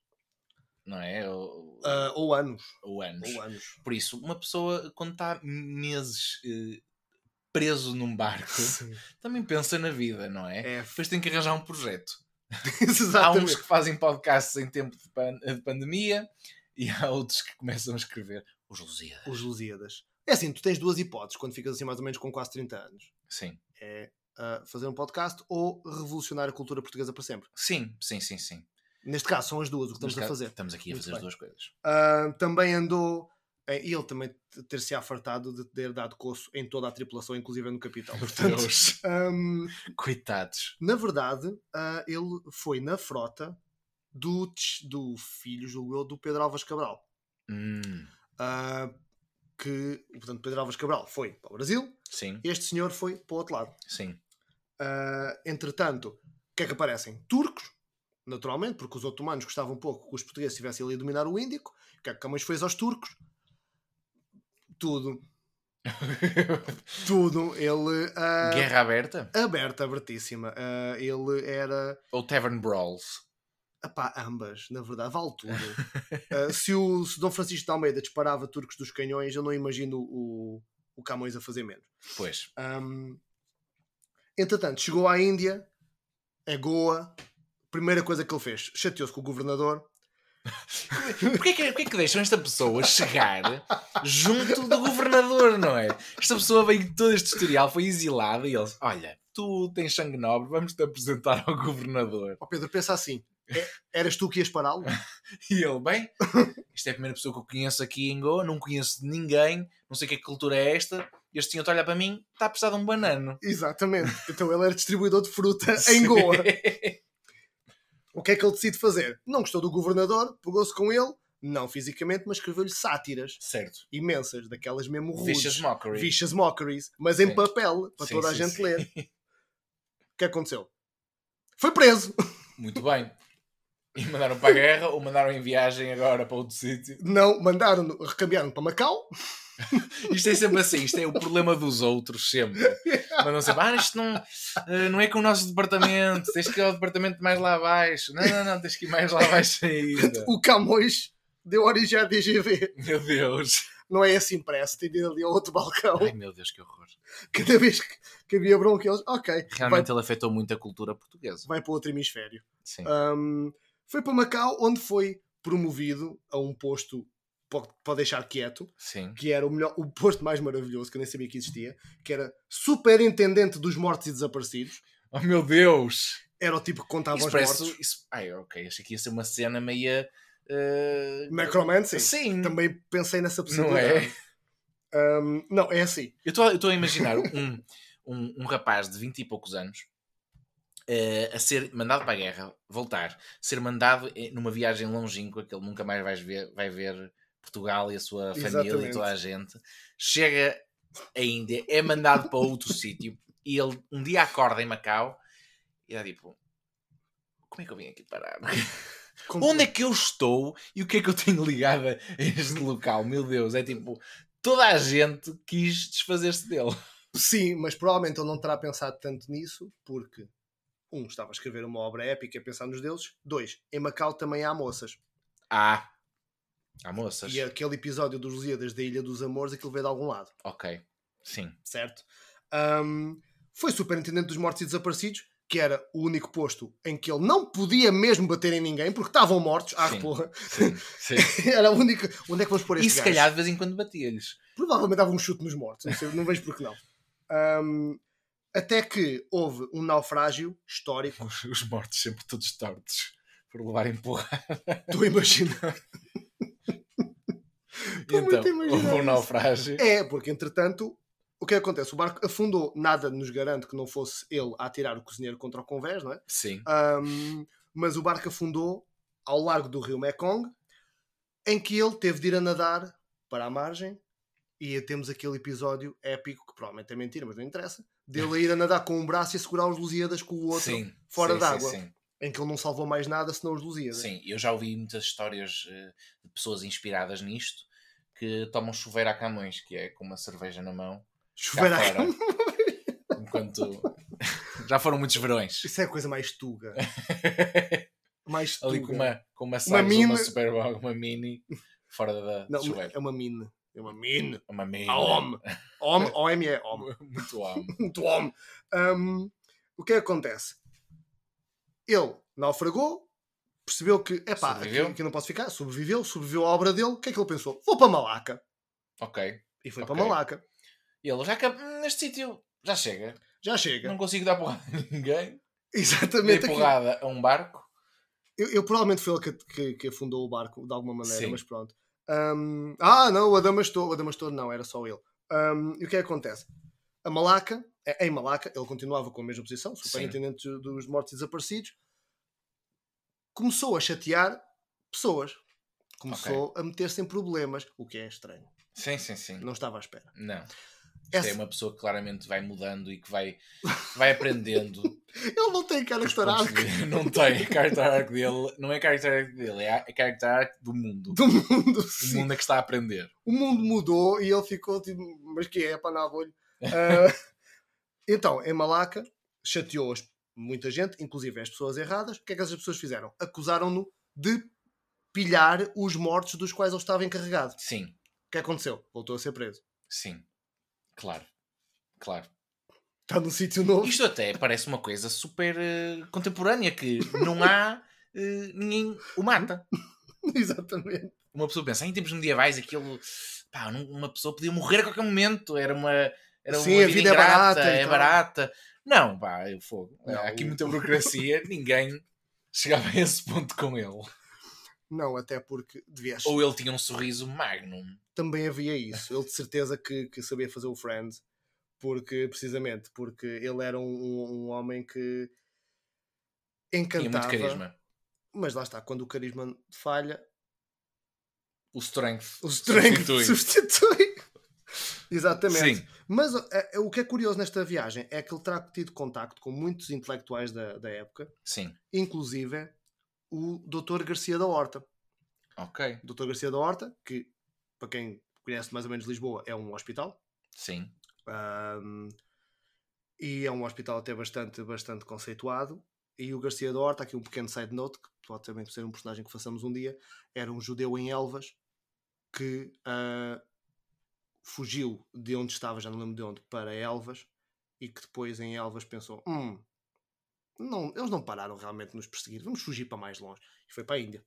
Speaker 1: não é? Ou,
Speaker 4: Ah, ou anos,
Speaker 1: ou anos.
Speaker 4: ou anos.
Speaker 1: Por isso, uma pessoa, quando está meses eh, preso num barco, também pensa na vida, não é?
Speaker 4: É,
Speaker 1: Depois tem que arranjar um projeto. Há uns
Speaker 4: exatamente.
Speaker 1: que fazem podcasts em tempo de, pan- de pandemia e há outros que começam a escrever os Lusíadas.
Speaker 4: Os Lusíadas. É assim, tu tens duas hipóteses quando ficas assim mais ou menos com quase 30 anos.
Speaker 1: Sim.
Speaker 4: É ah, fazer um podcast ou revolucionar a cultura portuguesa para sempre.
Speaker 1: Sim, sim, sim, sim.
Speaker 4: Nneste caso, são as duas o que estamos
Speaker 1: Mas
Speaker 4: a
Speaker 1: cá-
Speaker 4: fazer.
Speaker 1: Estamos aqui a
Speaker 4: Muito
Speaker 1: fazer
Speaker 4: bem.
Speaker 1: as duas coisas.
Speaker 4: Ah, também andou. eh, E ele também te- ter-se afartado de ter dado coço em toda a tripulação, inclusive no Capitão. Portanto,
Speaker 1: Deus,
Speaker 4: ahm,
Speaker 1: coitados.
Speaker 4: na verdade, ah, ele foi na frota do, tch- do filho, julgo eu, do Pedro Alves Cabral.
Speaker 1: Hum,
Speaker 4: Ah, que, portanto, Pedro Alves Cabral foi para o Brasil,
Speaker 1: sim,
Speaker 4: este senhor foi para o outro lado.
Speaker 1: sim.
Speaker 4: Ah, entretanto, o que é que aparecem? Turcos, naturalmente, porque os otomanos gostavam um pouco que os portugueses estivessem ali a dominar o Índico. O que é que Camões fez aos turcos? Tudo, tudo. Ele. ah,
Speaker 1: Guerra aberta?
Speaker 4: Aberta, abertíssima. Ah, ele era.
Speaker 1: Ou Tavern Brawls?
Speaker 4: Epá, ambas, na verdade, vale tudo. Ah, se o se Dom Francisco de Almeida disparava turcos dos canhões, eu não imagino o, o Camões a fazer menos.
Speaker 1: Pois.
Speaker 4: Um, entretanto, chegou à Índia, a Goa. Primeira coisa que ele fez, chateou-se com o governador.
Speaker 1: Porquê que, porquê que deixam esta pessoa chegar junto do governador, não é? Esta pessoa veio com todo este tutorial, foi exilada e eles, olha, tu tens sangue nobre, vamos te apresentar ao governador.
Speaker 4: Ó Pedro, pensa assim: é- eras tu que ias pará-lo?
Speaker 1: E ele, bem, isto é a primeira pessoa que eu conheço aqui em Goa, não conheço ninguém, não sei que cultura é esta. E Este senhor está a olhar para mim, está a precisar de um banano.
Speaker 4: Exatamente. Então ele era distribuidor de fruta em Goa. O que é que ele decide fazer? Não gostou do governador, pegou-se com ele, não fisicamente, mas escreveu-lhe sátiras
Speaker 1: Certo.
Speaker 4: imensas, daquelas mesmo rudes.
Speaker 1: Vicious Mockery.
Speaker 4: Vicious Mockeries, mas em
Speaker 1: Sim.
Speaker 4: papel, para
Speaker 1: Sim,
Speaker 4: toda a
Speaker 1: sim,
Speaker 4: gente
Speaker 1: sim.
Speaker 4: ler. O que aconteceu? Foi preso!
Speaker 1: Muito bem. E mandaram para a guerra ou mandaram em viagem agora para outro sítio.
Speaker 4: Não, mandaram-no, recambiaram para Macau.
Speaker 1: Isto é sempre assim, isto é o problema dos outros, sempre. Mandam sempre, ah, isto não, eh, não é com o nosso departamento, tens que ir ao departamento mais lá abaixo. Não, não, não, tens que ir mais lá abaixo ainda.
Speaker 4: O Camões deu origem à DGV.
Speaker 1: Meu Deus.
Speaker 4: Não é assim impresso, tem de ir ali ao outro balcão.
Speaker 1: Ai, meu Deus, que horror.
Speaker 4: Cada vez que, que havia bronca, eles, ok, vai,
Speaker 1: Realmente ele afetou muito a cultura portuguesa.
Speaker 4: vai para o outro hemisfério.
Speaker 1: Sim.
Speaker 4: Um, foi para Macau, onde foi promovido a um posto para para deixar quieto,
Speaker 1: Sim.
Speaker 4: que era o, melhor, o posto mais maravilhoso, que eu nem sabia que existia, que era Superintendente dos Mortos e Desaparecidos.
Speaker 1: Oh, meu Deus.
Speaker 4: Era o tipo que contava
Speaker 1: Isso
Speaker 4: os
Speaker 1: parece.
Speaker 4: mortos.
Speaker 1: Isso... Ai, ok, achei que ia ser uma cena meia. eh,
Speaker 4: Necromancy.
Speaker 1: Sim.
Speaker 4: Também pensei nessa
Speaker 1: Não é?
Speaker 4: possibilidade. Um, não, é assim.
Speaker 1: Eu estou a imaginar um, um, um rapaz de 20 e poucos anos eh, a ser mandado para a guerra, voltar, ser mandado eh, numa viagem longínqua que ele nunca mais vai ver, vai ver Portugal e a sua família e
Speaker 4: Exatamente.
Speaker 1: toda a gente. Chega à Índia, é mandado para outro sítio e ele um dia acorda em Macau e é tipo: Como é que eu vim aqui parar? Onde é que eu estou e o que é que eu tenho ligado a este local? Meu Deus, é tipo. Toda a gente quis desfazer-se dele.
Speaker 4: Sim, mas provavelmente ele não terá pensado tanto nisso, porque um, estava a escrever uma obra épica a pensar nos deuses. Dois, em Macau também há moças.
Speaker 1: Ah. Há moças.
Speaker 4: E aquele episódio dos Lusíadas da Ilha dos Amores, aquilo veio de algum lado,
Speaker 1: Ok. Sim.
Speaker 4: certo? Ahm, foi superintendente dos mortos e desaparecidos, que era o único posto em que ele não podia mesmo bater em ninguém, porque estavam mortos. Ah,
Speaker 1: Sim.
Speaker 4: porra.
Speaker 1: Sim. sim.
Speaker 4: Era o único. Onde é que vamos pôr este
Speaker 1: e se
Speaker 4: gajo?
Speaker 1: calhar de vez em quando batia-lhes.
Speaker 4: provavelmente dava um chute nos mortos, não, sei, não vejo porque não. Ahm, até que houve um naufrágio histórico,
Speaker 1: Os, os mortos sempre todos tortos. Por levar empurrar.
Speaker 4: estou a imaginar.
Speaker 1: E
Speaker 4: muito
Speaker 1: então,
Speaker 4: a imaginar
Speaker 1: houve um
Speaker 4: isso.
Speaker 1: naufrágio.
Speaker 4: É, porque entretanto, o que é que acontece? O barco afundou, nada nos garante que não fosse ele a atirar o cozinheiro contra o convés, não é?
Speaker 1: Sim.
Speaker 4: Ahm, mas o barco afundou ao largo do rio Mekong, em que ele teve de ir a nadar para a margem, e temos aquele episódio épico, que provavelmente é mentira, mas não interessa, dele a ir a nadar com um braço e a segurar os Lusíadas com o outro.
Speaker 1: sim.
Speaker 4: fora
Speaker 1: sim,
Speaker 4: d'água.
Speaker 1: Sim,
Speaker 4: em que ele não salvou mais nada senão os
Speaker 1: sim.
Speaker 4: Lusíadas.
Speaker 1: Sim, Eu já ouvi muitas histórias eh, de pessoas inspiradas nisto que tomam chuveiro a Camões, que é com uma cerveja na mão. cá
Speaker 4: Chover um- à
Speaker 1: fora.
Speaker 4: cama.
Speaker 1: Enquanto. já foram muitos verões.
Speaker 4: Isso é a coisa mais tuga. Mais tuga.
Speaker 1: Ali com uma, com uma, Samsung, uma,
Speaker 4: é. mini.
Speaker 1: Super Bowl, uma mini, fora da
Speaker 4: Não,
Speaker 1: chuveira.
Speaker 4: é uma mine. É uma mine.
Speaker 1: Uma mini.
Speaker 4: A homem. Homem, OM é homem.
Speaker 1: Muito homem.
Speaker 4: Muito homem. Hum, o que é que acontece? Ele naufragou, percebeu que, epá, aqui,
Speaker 1: Sobreviveu.
Speaker 4: aqui não posso ficar, sobreviveu, sobreviveu à obra dele. O que é que ele pensou? Vou para Malaca.
Speaker 1: Ok.
Speaker 4: E foi
Speaker 1: Ok.
Speaker 4: para Malaca.
Speaker 1: E ele já acabou. Neste sítio já chega.
Speaker 4: Já chega.
Speaker 1: Não consigo dar porrada a ninguém. Dei
Speaker 4: Exatamente aqui.
Speaker 1: porrada a um barco.
Speaker 4: Eu, eu provavelmente foi ele que, que- que afundou o barco de alguma maneira,
Speaker 1: Sim.
Speaker 4: mas pronto. Ahm, ah, não, o Adamastor, o Adamastor não, era só ele. Ahm, e o que é que acontece? A Malaca, eh, em Malaca, ele continuava com a mesma posição, superintendente dos mortos e desaparecidos, começou a chatear pessoas. Começou a meter-se em problemas, o que é estranho.
Speaker 1: Sim, sim, sim.
Speaker 4: Não estava à espera.
Speaker 1: Não. Isto
Speaker 4: Essa-
Speaker 1: é uma pessoa que claramente vai mudando e que vai, vai aprendendo.
Speaker 4: Ele não tem cara de
Speaker 1: os
Speaker 4: estar
Speaker 1: pontos de- Não tem. A character arc dele não é a character arc dele, é a character arc do mundo.
Speaker 4: do mundo.
Speaker 1: Do
Speaker 4: sim.
Speaker 1: mundo é que está a aprender.
Speaker 4: o mundo mudou e ele ficou tipo, mas que é, pá, na bolha. Ah, então, em Malaca, chateou as muita gente, inclusive as pessoas erradas. O que é que essas pessoas fizeram? Acusaram-no de pilhar os mortos dos quais ele estava encarregado. O
Speaker 1: Sim,
Speaker 4: que aconteceu? Voltou a ser preso.
Speaker 1: sim. Claro. Claro.
Speaker 4: Está num sítio novo.
Speaker 1: Isto até parece uma coisa super eh, contemporânea que não há eh, ninguém o mata.
Speaker 4: Exatamente.
Speaker 1: Uma pessoa pensa, "Ah, em tempos medievais aquilo pá, não- uma pessoa podia morrer a qualquer momento, era uma era
Speaker 4: Sim,
Speaker 1: uma
Speaker 4: a vida é
Speaker 1: ingrata,
Speaker 4: barata e
Speaker 1: é
Speaker 4: tal.
Speaker 1: barata. Não, pá, eu fogo.
Speaker 4: Não,
Speaker 1: Há aqui
Speaker 4: o-
Speaker 1: muita burocracia, ninguém chegava a esse ponto com ele.
Speaker 4: Não, até porque devias.
Speaker 1: Ou ele tinha um sorriso magnum.
Speaker 4: Também havia isso. Ele de certeza que, que sabia fazer o Friend, porque, precisamente, porque ele era um, um- um homem que
Speaker 1: Tinha muito
Speaker 4: encantava.
Speaker 1: carisma.
Speaker 4: mas lá está, quando o carisma falha,
Speaker 1: o strength.
Speaker 4: O strength substitui. Exatamente.
Speaker 1: Sim.
Speaker 4: Mas eh, eh, o que é curioso nesta viagem é que ele terá tido contacto com muitos intelectuais da, da época,
Speaker 1: Sim.
Speaker 4: inclusive o Dr. Garcia da Horta.
Speaker 1: Ok.
Speaker 4: Dr. Garcia da Horta, que para quem conhece mais ou menos Lisboa, é um hospital.
Speaker 1: Sim.
Speaker 4: Ahm, e é um hospital até bastante, bastante conceituado. E o Garcia da Horta, aqui um pequeno side note, que pode também ser um personagem que façamos um dia, era um judeu em Elvas que ah, fugiu de onde estava, já não lembro de onde, para Elvas e que depois em Elvas pensou: hum, não, eles não pararam realmente de nos perseguir, vamos fugir para mais longe. E foi para a Índia.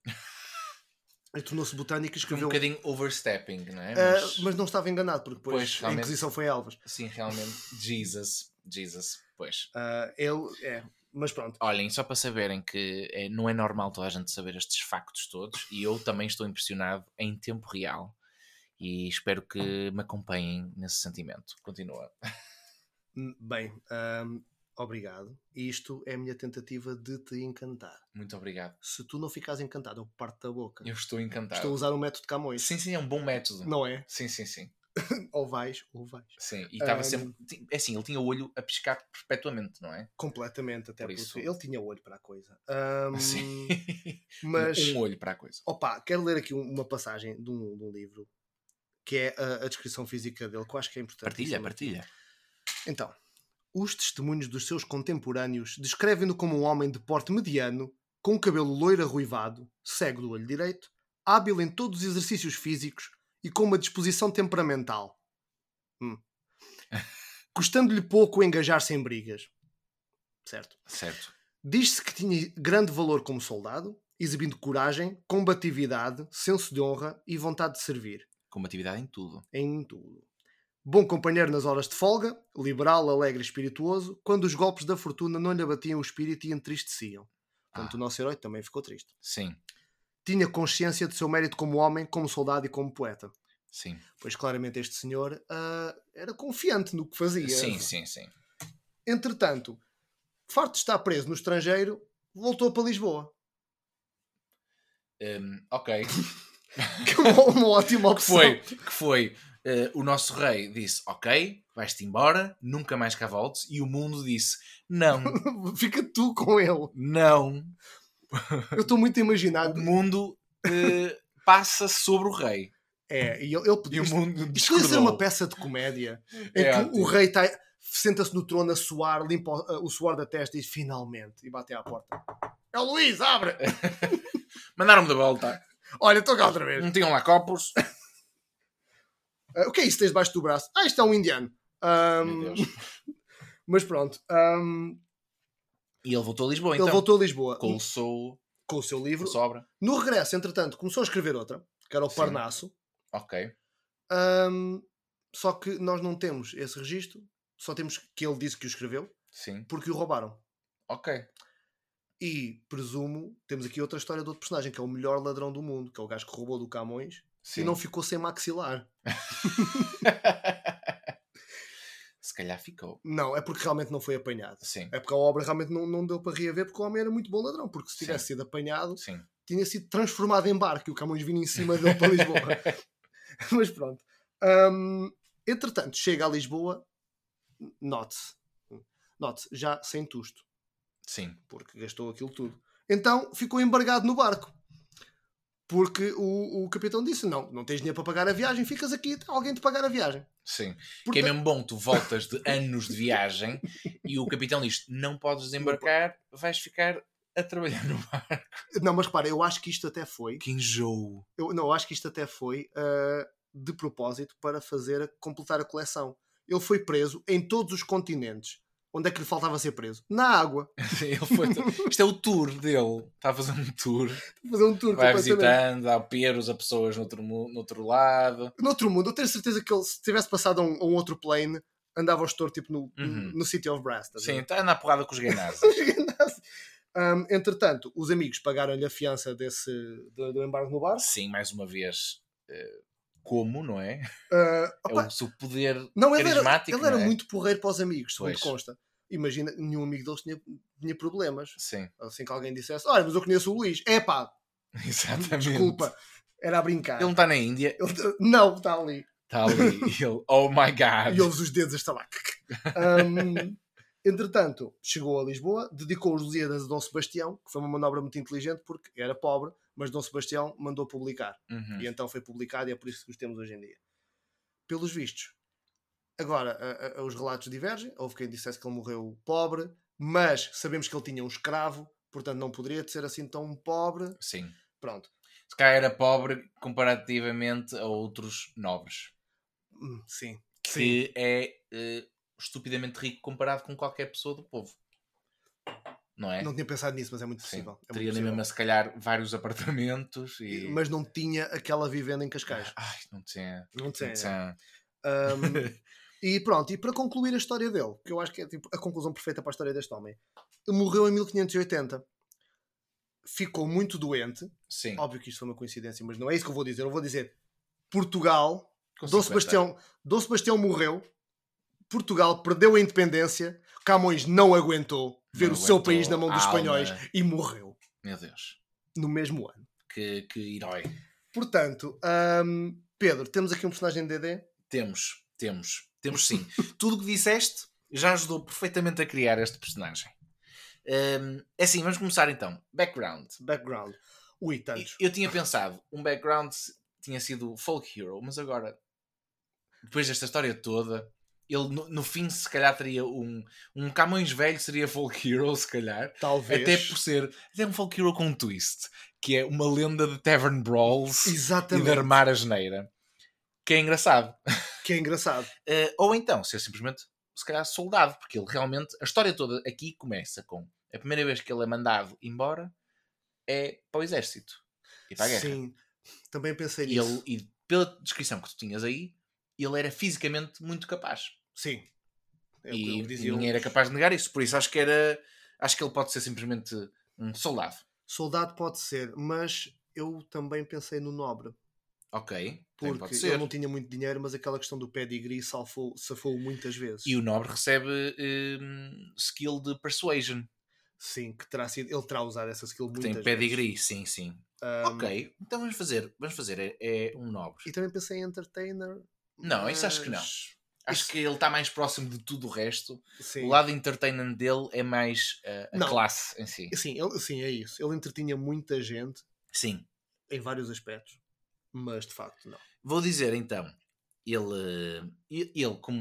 Speaker 4: Ele tornou-se botânico e
Speaker 1: Foi um
Speaker 4: escreveu.
Speaker 1: bocadinho overstepping, não é?
Speaker 4: Ah, mas não estava enganado, porque depois
Speaker 1: Pois,
Speaker 4: a
Speaker 1: realmente.
Speaker 4: Inquisição foi a Elvas.
Speaker 1: Sim, realmente. Jesus. Jesus. Pois.
Speaker 4: Ah, ele é, mas pronto.
Speaker 1: Olhem, só para saberem que é- não é normal toda a gente saber estes factos todos e eu também estou impressionado em tempo real e espero que me acompanhem nesse sentimento. Continua.
Speaker 4: Hum, Bem, ahm, obrigado. Isto é a minha tentativa de te encantar.
Speaker 1: Muito obrigado.
Speaker 4: Se tu não ficares encantado, eu parto da boca.
Speaker 1: Eu estou encantado.
Speaker 4: Estou a usar o método Camões.
Speaker 1: Sim, sim, é um bom método.
Speaker 4: Não é?
Speaker 1: Sim, sim, sim.
Speaker 4: Ou vais, ou vais.
Speaker 1: Sim, e estava
Speaker 4: Ahm.
Speaker 1: sempre. ti- É assim, ele tinha o olho a piscar perpetuamente, não é?
Speaker 4: Completamente, até
Speaker 1: Por
Speaker 4: porque
Speaker 1: isso-
Speaker 4: ele tinha olho para a coisa. Ahm,
Speaker 1: Sim.
Speaker 4: Mas,
Speaker 1: Um olho para a coisa.
Speaker 4: opa, quero ler aqui um- uma passagem de um, de um livro que é a, a descrição física dele, que eu acho que é importante.
Speaker 1: Partilha, partilha.
Speaker 4: Então, os testemunhos dos seus contemporâneos descrevem-no como um homem de porte mediano, com o cabelo loiro arruivado, cego do olho direito, hábil em todos os exercícios físicos e com uma disposição temperamental. Hum. Custando-lhe pouco engajar-se em brigas. Certo.
Speaker 1: Certo.
Speaker 4: Diz-se que tinha grande valor como soldado, exibindo coragem, combatividade, senso de honra e vontade de servir
Speaker 1: Combatividade em tudo.
Speaker 4: em tudo. Bom companheiro nas horas de folga, liberal, alegre e espirituoso, quando os golpes da fortuna não lhe abatiam o espírito e entristeciam. Portanto,
Speaker 1: Ah.
Speaker 4: o nosso herói também ficou triste.
Speaker 1: Sim,
Speaker 4: Tinha consciência do seu mérito como homem, como soldado e como poeta.
Speaker 1: sim.
Speaker 4: Pois claramente este senhor ah, era confiante no que fazia.
Speaker 1: Sim, sim, sim.
Speaker 4: Entretanto, farto de estar preso no estrangeiro, voltou para Lisboa.
Speaker 1: Hum, ok.
Speaker 4: Que é uma, uma ótima
Speaker 1: que
Speaker 4: opção.
Speaker 1: foi, que foi eh, o nosso rei disse: Ok, vais-te embora, nunca mais cá voltes. E o mundo disse: Não,
Speaker 4: Fica tu com ele.
Speaker 1: não.
Speaker 4: Eu estou muito
Speaker 1: O
Speaker 4: imaginado.
Speaker 1: mundo eh, passa sobre o rei.
Speaker 4: É, e ele, ele
Speaker 1: E
Speaker 4: pediu.
Speaker 1: o mundo
Speaker 4: Isto podia ser
Speaker 1: discordou.
Speaker 4: uma peça de comédia em
Speaker 1: É
Speaker 4: que
Speaker 1: ótimo.
Speaker 4: o rei tá- senta-se no trono a suar, limpa o, ah, o suor da testa e diz finalmente e bate à porta. É o Luís, abre!
Speaker 1: Mandaram-me de volta.
Speaker 4: Tá. Olha, estou cá outra vez.
Speaker 1: Não tinham lá copos.
Speaker 4: Ah, o que é isso que tens debaixo do braço? Ah, isto é um indiano. Ahm,
Speaker 1: Meu Deus.
Speaker 4: mas pronto, ahm,
Speaker 1: E ele voltou a Lisboa,
Speaker 4: ele
Speaker 1: então.
Speaker 4: voltou a Lisboa
Speaker 1: Com o sol,
Speaker 4: com o seu
Speaker 1: com
Speaker 4: livro.
Speaker 1: a sobra.
Speaker 4: No regresso, entretanto, começou a escrever outra, que era o
Speaker 1: Sim.
Speaker 4: Parnasso.
Speaker 1: Ok.
Speaker 4: Ahm, só que nós não temos esse registro, só temos que ele disse que o escreveu,
Speaker 1: Sim.
Speaker 4: porque o roubaram.
Speaker 1: Ok.
Speaker 4: E presumo, temos aqui outra história de outro personagem, que é o melhor ladrão do mundo, que é o gajo que roubou do Camões
Speaker 1: Sim.
Speaker 4: e não ficou sem maxilar.
Speaker 1: Se calhar ficou.
Speaker 4: Não, é porque realmente não foi apanhado.
Speaker 1: Sim.
Speaker 4: É porque a obra realmente não, não deu para reaver, porque o homem era muito bom ladrão, porque se
Speaker 1: Sim.
Speaker 4: tivesse sido apanhado,
Speaker 1: Sim.
Speaker 4: tinha sido transformado em barco e o Camões vinha em cima dele para Lisboa. Mas pronto. Hum, entretanto, chega a Lisboa, note-se, note-se, já sem tusto.
Speaker 1: Sim.
Speaker 4: porque gastou aquilo tudo. Então ficou embargado no barco. Porque o, o capitão disse: Não, não tens dinheiro para pagar a viagem, ficas aqui até alguém te pagar a viagem.
Speaker 1: Sim. Que é
Speaker 4: Porta-
Speaker 1: mesmo bom, tu voltas de anos de viagem e o capitão diz: não podes desembarcar, vais ficar a trabalhar no bar.
Speaker 4: Não, mas repara, eu acho que isto até foi.
Speaker 1: Que enjoo.
Speaker 4: Eu, não, eu acho que isto até foi ah, de propósito para fazer a- completar a coleção. Ele foi preso em todos os continentes. Onde é que lhe faltava ser preso? Na água.
Speaker 1: Ele foi- Isto é o tour dele. Está a fazer um tour.
Speaker 4: Fazer um tour
Speaker 1: Vai
Speaker 4: completamente.
Speaker 1: visitando, dá peros a pessoas no outro, mu- no outro lado.
Speaker 4: No outro mundo, eu tenho certeza que ele, se tivesse passado a um, a um outro plane, andava ao estouro tipo no,
Speaker 1: Uhum.
Speaker 4: no City of Brass. estás a ver?
Speaker 1: Sim, está na porrada com os ganazes.
Speaker 4: Hum, entretanto, os amigos pagaram-lhe a fiança desse, do, do embargo no bar.
Speaker 1: Sim, mais uma vez. eh, Como, não é?
Speaker 4: Ah,
Speaker 1: É
Speaker 4: opa,
Speaker 1: o seu poder
Speaker 4: não, ele era,
Speaker 1: carismático.
Speaker 4: ele era
Speaker 1: não é?
Speaker 4: muito porreiro para os amigos, segundo
Speaker 1: Pois.
Speaker 4: consta. Imagina, nenhum amigo deles tinha, tinha problemas.
Speaker 1: Sim,
Speaker 4: Assim que alguém dissesse: Olha, mas eu conheço o Luís. É pá,
Speaker 1: exatamente.
Speaker 4: desculpa. Era a brincar.
Speaker 1: Ele não está na Índia,
Speaker 4: Ele- Não, está ali.
Speaker 1: está ali. E ele, oh my
Speaker 4: E
Speaker 1: god.
Speaker 4: ouves os dedos a estalar. Hum, entretanto, chegou a Lisboa, dedicou os Lusíadas a Dom Sebastião, que foi uma manobra muito inteligente porque era pobre, mas Dom Sebastião mandou publicar.
Speaker 1: Uhum.
Speaker 4: E então foi publicado e é por isso que os temos hoje em dia. Pelos vistos. Agora, a- a- os relatos divergem. Houve quem dissesse que ele morreu pobre, mas sabemos que ele tinha um escravo, portanto não poderia ser assim tão pobre.
Speaker 1: Sim.
Speaker 4: Pronto.
Speaker 1: Se calhar era pobre comparativamente a outros nobres.
Speaker 4: Hum, Sim. Sim.
Speaker 1: Que é eh, estupidamente rico comparado com qualquer pessoa do povo. Não é?
Speaker 4: Não tinha pensado nisso, mas é muito
Speaker 1: Sim.
Speaker 4: possível. É muito
Speaker 1: Teria assim na
Speaker 4: possível.
Speaker 1: mesma, se calhar, vários apartamentos e.
Speaker 4: Mas não tinha aquela vivenda em Cascais.
Speaker 1: Ai, não tinha.
Speaker 4: Não
Speaker 1: Não tinha.
Speaker 4: Um, e pronto, e para concluir a história dele, que eu acho que é tipo, a conclusão perfeita para a história deste homem, morreu em 1580. Ficou muito doente.
Speaker 1: Sim.
Speaker 4: Óbvio que isto foi uma coincidência, mas não é isso que eu vou dizer. Eu vou dizer Portugal,
Speaker 1: com
Speaker 4: Dom
Speaker 1: 50.
Speaker 4: Sebastião, Dom Sebastião morreu, Portugal perdeu a independência, Camões não aguentou ver
Speaker 1: Não
Speaker 4: o seu
Speaker 1: aguentou
Speaker 4: país na mão dos
Speaker 1: a
Speaker 4: espanhóis
Speaker 1: alma.
Speaker 4: e morreu
Speaker 1: Meu Deus.
Speaker 4: no mesmo ano.
Speaker 1: Que, que herói.
Speaker 4: Portanto, um, Pedro, temos aqui um personagem de DD.
Speaker 1: Temos, temos, temos sim. Tudo o que disseste já ajudou perfeitamente a criar este personagem. Hum, é assim, vamos começar então. Background.
Speaker 4: Background. Ui, tantos.
Speaker 1: Eu tinha pensado, um background tinha sido folk hero, mas agora, depois desta história toda, ele no, no fim se calhar teria um. Um Camões velho seria folk hero, se calhar.
Speaker 4: Talvez.
Speaker 1: Até por ser. Até um folk hero com um twist, que é uma lenda de Tavern Brawls e
Speaker 4: Exatamente.
Speaker 1: de armar a geneira. Que é engraçado.
Speaker 4: Que é engraçado.
Speaker 1: Eh, ou então ser simplesmente, se calhar, soldado, porque ele realmente. A história toda aqui começa com a primeira vez que ele é mandado embora é para o exército e para a guerra.
Speaker 4: Sim. Também pensei
Speaker 1: E, ele,
Speaker 4: nisso.
Speaker 1: e pela descrição que tu tinhas aí, ele era fisicamente muito capaz.
Speaker 4: Sim. É o que
Speaker 1: e
Speaker 4: eu dizia.
Speaker 1: ninguém era capaz de negar isso. Por isso acho que era. Acho que ele pode ser simplesmente um soldado.
Speaker 4: Soldado pode ser, mas eu também pensei no nobre.
Speaker 1: Ok. também
Speaker 4: Porque
Speaker 1: pode ser.
Speaker 4: ele não tinha muito dinheiro, mas aquela questão do pedigree salfou, safou muitas vezes.
Speaker 1: E o nobre recebe hum, skill de persuasion,
Speaker 4: Sim, que terá sido. Ele terá usado essa skill
Speaker 1: que
Speaker 4: muitas
Speaker 1: tem
Speaker 4: vezes.
Speaker 1: pedigree, sim, sim.
Speaker 4: Ahm,
Speaker 1: ok, então vamos fazer, vamos fazer é, é um nobre.
Speaker 4: E também pensei em entertainer.
Speaker 1: Não, isso acho que não.
Speaker 4: mas-
Speaker 1: Acho que ele está mais próximo de tudo o resto.
Speaker 4: Sim.
Speaker 1: O lado entertainment dele é mais uh, a
Speaker 4: Não.
Speaker 1: classe em si.
Speaker 4: Sim, ele, sim, é isso. Ele entretinha muita gente
Speaker 1: Sim.
Speaker 4: em vários aspectos, mas de facto não.
Speaker 1: Vou dizer então, ele, uh, e- ele como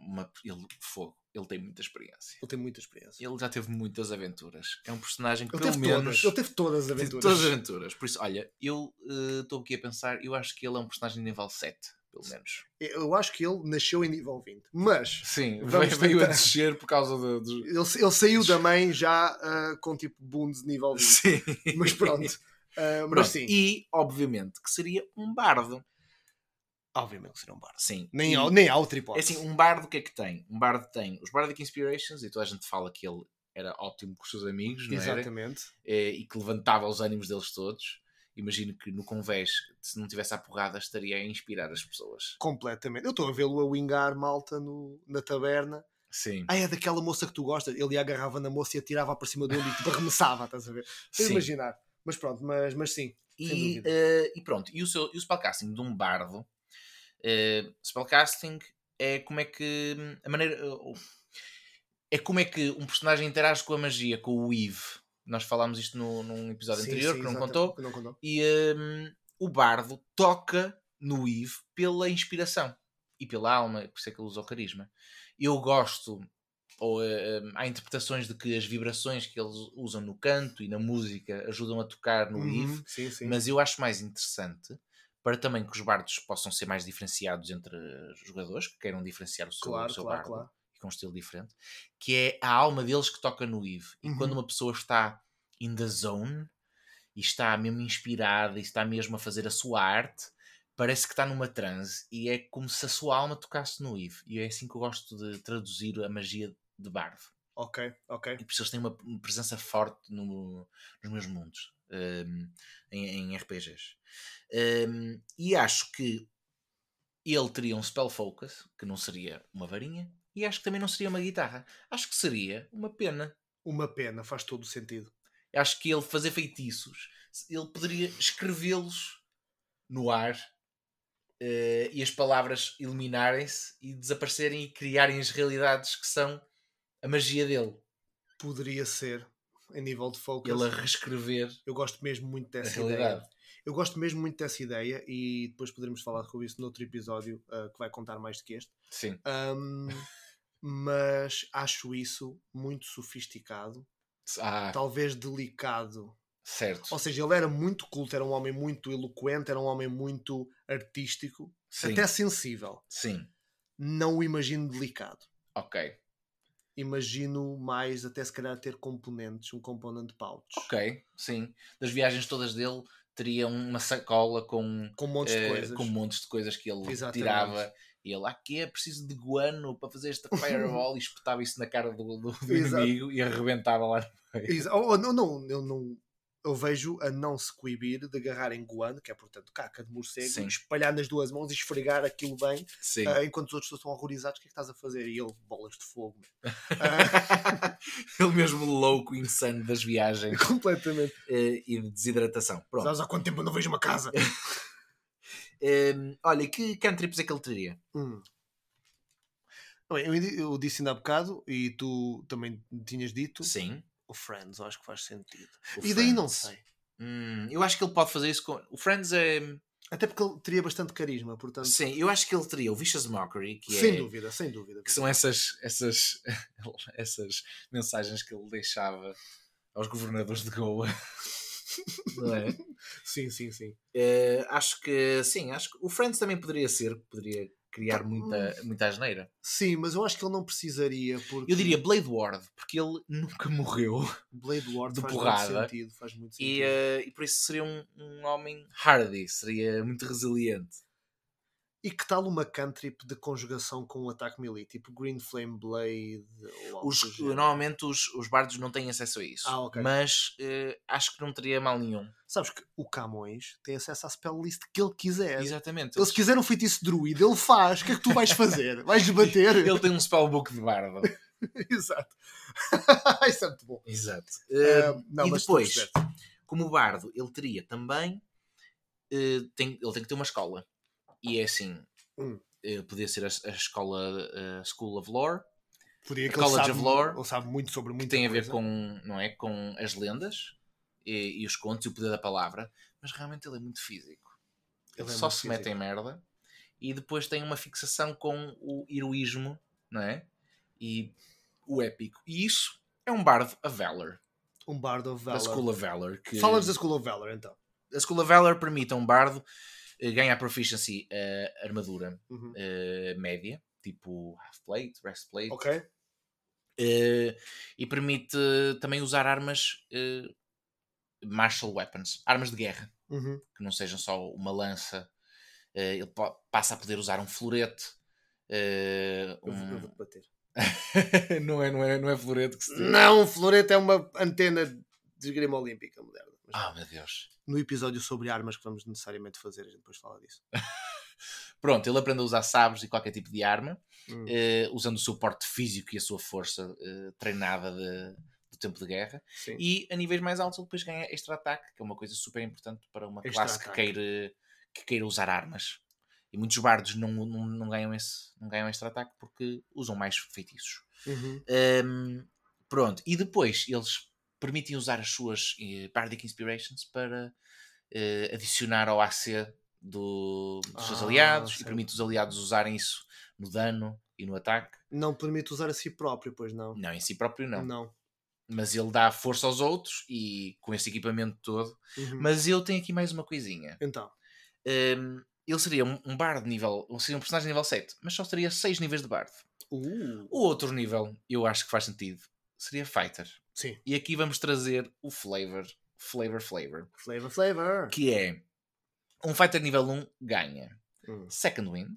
Speaker 1: uma, ele fogo, ele tem muita experiência.
Speaker 4: Ele tem muita experiência.
Speaker 1: Ele já teve muitas aventuras. É um personagem que
Speaker 4: Ele
Speaker 1: pelo
Speaker 4: teve
Speaker 1: menos
Speaker 4: todas. Ele teve todas as
Speaker 1: teve
Speaker 4: aventuras.
Speaker 1: todas as aventuras. Por isso, olha, eu eh, estou aqui a pensar, eu acho que ele é um personagem de nível 7, pelo menos.
Speaker 4: Eu acho que ele nasceu em nível 20, mas
Speaker 1: Sim,
Speaker 4: Vamos
Speaker 1: veio, veio a
Speaker 4: tentar.
Speaker 1: descer por causa do- dos.
Speaker 4: ele, ele saiu da mãe já ah, com tipo bundes nível 20.
Speaker 1: Sim.
Speaker 4: Mas pronto. Ah,
Speaker 1: Pronto,
Speaker 4: mas sim.
Speaker 1: E, obviamente, que seria um bardo.
Speaker 4: Obviamente que será um bardo.
Speaker 1: Sim.
Speaker 4: Nem,
Speaker 1: E-
Speaker 4: há, nem há outra hipótese.
Speaker 1: É assim, um bardo o que é que tem? Um bardo tem os Bardic Inspirations, e toda a gente fala que ele era ótimo com os seus amigos, não é? era?
Speaker 4: Exatamente.
Speaker 1: Eh, E que levantava os ânimos deles todos. Imagino que no convés, se não tivesse a porrada, estaria a inspirar as pessoas.
Speaker 4: Completamente. Eu estou a vê-lo a wingar malta no- na taberna.
Speaker 1: Sim.
Speaker 4: Ah, é daquela moça que tu gostas. Ele agarrava na moça e atirava para cima dele e tipo, arremessava, estás a ver? Estou a
Speaker 1: Sim.
Speaker 4: imaginar. Mas pronto, mas, mas sim. sem
Speaker 1: E,
Speaker 4: dúvida.
Speaker 1: eh, e pronto, e o, seu, e o spellcasting de um bardo, eh, spellcasting é como é que hum, a maneira ou- é como é que um personagem interage com a magia, com o Eve. Nós falámos isto no, num episódio
Speaker 4: Sim,
Speaker 1: anterior
Speaker 4: sim,
Speaker 1: que não
Speaker 4: exatamente,
Speaker 1: contou.
Speaker 4: que não contou.
Speaker 1: E hum, o bardo toca no Eve pela inspiração e pela alma, por isso é que ele usa o carisma. Eu gosto, ou eh, hum, há interpretações de que as vibrações que eles usam no canto e na música ajudam a tocar no Eve
Speaker 4: Uhum, sim, sim.
Speaker 1: mas eu acho mais interessante para também que os bardos possam ser mais diferenciados entre os jogadores que queiram diferenciar o seu,
Speaker 4: Claro,
Speaker 1: o seu
Speaker 4: claro,
Speaker 1: bardo
Speaker 4: claro.
Speaker 1: e com um estilo diferente, que é a alma deles que toca no Eve. E
Speaker 4: Uhum.
Speaker 1: quando uma pessoa está in the zone e está mesmo inspirada e está mesmo a fazer a sua arte, parece que está numa transe e é como se a sua alma tocasse no Eve. E é assim que eu gosto de traduzir a magia de bardo
Speaker 4: Ok, ok.
Speaker 1: e por isso eles têm uma uma presença forte no- nos meus mundos hum, em, em RPGs. Hum, e acho que ele teria um spell focus, que não seria uma varinha, e acho que também não seria uma guitarra. Acho que seria uma pena.
Speaker 4: Uma pena, faz todo o sentido.
Speaker 1: Acho que ele fazer feitiços, ele poderia escrevê-los no ar eh, e as palavras iluminarem-se e desaparecerem e criarem as realidades que são a magia dele.
Speaker 4: Poderia ser, em nível de focus.
Speaker 1: Ele a reescrever
Speaker 4: Eu gosto mesmo muito
Speaker 1: a
Speaker 4: dessa ideia.
Speaker 1: realidade.
Speaker 4: Eu gosto mesmo muito dessa ideia e depois poderemos falar com isso noutro episódio ah, que vai contar mais do que este.
Speaker 1: Sim,
Speaker 4: Ahm, mas acho isso muito sofisticado,
Speaker 1: ah,
Speaker 4: talvez delicado.
Speaker 1: certo.
Speaker 4: Então, Ou seja, ele era muito culto, era um homem muito eloquente, era um homem muito artístico,
Speaker 1: Sim,
Speaker 4: até sensível.
Speaker 1: sim,
Speaker 4: Não o imagino delicado.
Speaker 1: ok.
Speaker 4: Imagino mais até se calhar ter componentes, um componente pouch,
Speaker 1: Ok, sim. Das viagens todas dele, teria uma sacola com
Speaker 4: com montes de
Speaker 1: eh,
Speaker 4: coisas.
Speaker 1: com montes de coisas que ele
Speaker 4: Exatamente.
Speaker 1: tirava. E ele, ah, que é preciso de guano para fazer esta fireball e espetava isso na cara do, do- do
Speaker 4: Exato.
Speaker 1: inimigo e arrebentava lá.
Speaker 4: Exa- ou- ou não, não, eu não. Eu vejo a não se coibir de agarrar em guano, que é portanto caca de morcego,
Speaker 1: Sim.
Speaker 4: e espalhar nas duas mãos e esfregar aquilo bem,
Speaker 1: Sim.
Speaker 4: ah, enquanto os outros estão horrorizados. O que é que estás a fazer? E ele, bolas de fogo. Ah,
Speaker 1: ele mesmo louco, insano das viagens
Speaker 4: completamente.
Speaker 1: eh, e de desidratação. Pronto.
Speaker 4: Sabes há quanto tempo eu não vejo uma casa?
Speaker 1: Em, Ehm, olha, que cantrips é que ele teria?
Speaker 4: Hum. Bem, eu, indi- eu disse ainda há bocado e tu também tinhas dito
Speaker 1: Sim.
Speaker 4: o Friends, eu acho que faz sentido.
Speaker 1: o
Speaker 4: e daí não sei.
Speaker 1: Friends. Hum, eu acho que ele pode fazer isso com. O Friends é.
Speaker 4: Até porque ele teria bastante carisma, portanto.
Speaker 1: Sim, eu acho que ele teria o Vicious Mockery, que
Speaker 4: sem
Speaker 1: é.
Speaker 4: dúvida, sem dúvida.
Speaker 1: que são essas, essas, essas mensagens que ele deixava aos governadores de Goa. Não é?
Speaker 4: Sim, sim, sim.
Speaker 1: Eh, acho que sim, acho que o Friends também poderia ser, poderia criar muita, muita asneira.
Speaker 4: Sim, mas eu acho que ele não precisaria porque
Speaker 1: Eu diria Blade Ward, porque ele nunca morreu
Speaker 4: Blade Ward
Speaker 1: de
Speaker 4: faz
Speaker 1: porrada.
Speaker 4: muito sentido, faz muito
Speaker 1: e,
Speaker 4: sentido. E,
Speaker 1: eh, e por isso seria um, um homem hardy, seria muito resiliente.
Speaker 4: que tal uma cantrip de conjugação com um ataque melee, tipo Green Flame Blade ou algo
Speaker 1: Os-
Speaker 4: do género?
Speaker 1: normalmente os, os bardos não têm acesso a isso,
Speaker 4: Ah, ok.
Speaker 1: mas eh, acho que não teria mal nenhum.
Speaker 4: Sabes que o Camões tem acesso à spell list que ele quiser.
Speaker 1: Exatamente.
Speaker 4: Ele se quiser um feitiço druida, ele faz. O que é que tu vais fazer? Vais bater?
Speaker 1: Ele tem um spellbook de bardo.
Speaker 4: Exato. Isso é muito bom.
Speaker 1: Exato.
Speaker 4: Ah,
Speaker 1: Eh,
Speaker 4: não,
Speaker 1: e
Speaker 4: mas
Speaker 1: depois,
Speaker 4: estou a
Speaker 1: como o bardo, ele teria também. eh, tem, ele tem que ter uma escola. E é assim:
Speaker 4: Hum.
Speaker 1: eh, podia ser a, a escola eh, School of Lore,
Speaker 4: Podia
Speaker 1: College of Lore,
Speaker 4: ele sabe muito sobre
Speaker 1: que
Speaker 4: muita
Speaker 1: tem a ver
Speaker 4: coisa.
Speaker 1: com, não é, com as lendas e, e os contos e o poder da palavra. Mas realmente ele é muito físico.
Speaker 4: Ele
Speaker 1: Ele
Speaker 4: é
Speaker 1: só
Speaker 4: muito
Speaker 1: se mete em merda. E depois tem uma fixação com o heroísmo, não é? E o épico. E isso é um bardo a Valor.
Speaker 4: um Bard of
Speaker 1: Da
Speaker 4: Valor.
Speaker 1: School of Valor. Que...
Speaker 4: Fala-nos da School of Valor, então.
Speaker 1: a School of Valor permite a um bardo eh, ganhar proficiency eh, armadura
Speaker 4: Uhum.
Speaker 1: eh, média, tipo half plate, rest plate,
Speaker 4: Ok?
Speaker 1: eh, e permite eh, também usar armas eh, martial weapons, armas de guerra,
Speaker 4: Uhum.
Speaker 1: que não sejam só uma lança. Eh, ele po- passa a poder usar um florete. eh,
Speaker 4: Eu, vou,
Speaker 1: um-
Speaker 4: eu vou-te bater.
Speaker 1: não, é, não, é, não é florete que se diz.
Speaker 4: Não, Floreta é uma antena de esgrima olímpica moderna. Mas
Speaker 1: Ah, meu Deus.
Speaker 4: No episódio sobre armas que vamos necessariamente fazer, a gente depois fala disso.
Speaker 1: Pronto, ele aprende a usar sabres e qualquer tipo de arma.
Speaker 4: Hum.
Speaker 1: eh, usando o seu porte físico e a sua força eh, treinada de- do tempo de guerra.
Speaker 4: Sim.
Speaker 1: E a níveis mais altos ele depois ganha extra ataque, que é uma coisa super importante para uma
Speaker 4: Extra
Speaker 1: classe que
Speaker 4: ataque.
Speaker 1: queira, que queira usar armas. E muitos bardos não, não, não ganham esse não ganham extra ataque porque usam mais feitiços.
Speaker 4: Uhum.
Speaker 1: Ahm, pronto, e depois eles permitem usar as suas eh, Bardic Inspirations para eh, adicionar ao AC do- dos seus
Speaker 4: Ah,
Speaker 1: aliados e
Speaker 4: certo.
Speaker 1: permite os aliados usarem isso no dano e no ataque.
Speaker 4: Não permite usar a si próprio, pois não.
Speaker 1: Não, em si próprio não.
Speaker 4: Não.
Speaker 1: Mas ele dá força aos outros e com esse equipamento todo.
Speaker 4: Uhum.
Speaker 1: Mas eu tenho aqui mais uma coisinha.
Speaker 4: Então,
Speaker 1: Hum, ele seria um, um bardo nível. Ou seria um personagem nível 7, mas só teria 6 níveis de bardo.
Speaker 4: uh,
Speaker 1: O outro nível, eu acho que faz sentido, seria fighter.
Speaker 4: Sim.
Speaker 1: E aqui vamos trazer o flavor. Flavor, flavor.
Speaker 4: flavor, flavor.
Speaker 1: Que é. Um fighter nível 1 ganha
Speaker 4: Hum,
Speaker 1: Second Wind,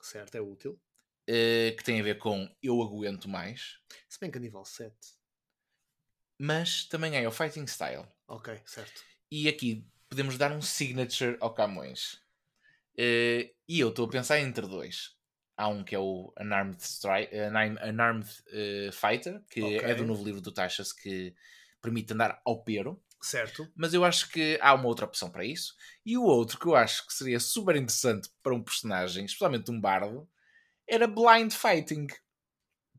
Speaker 4: certo, é útil.
Speaker 1: eh, que tem a ver com eu aguento mais,
Speaker 4: Se bem que a nível 7.
Speaker 1: mas também ganha o Fighting Style.
Speaker 4: Ok, certo.
Speaker 1: E aqui podemos dar um signature ao Camões. Eh, e eu estou a pensar entre dois. Há um que é o Unarmed, Stri- Unarmed, Unarmed, eh, Fighter, que
Speaker 4: Ok.
Speaker 1: é do novo livro do Taxas, que permite andar ao pero.
Speaker 4: Certo.
Speaker 1: Mas eu acho que há uma outra opção para isso. E o outro que eu acho que seria super interessante para um personagem, especialmente um bardo, era blind fighting.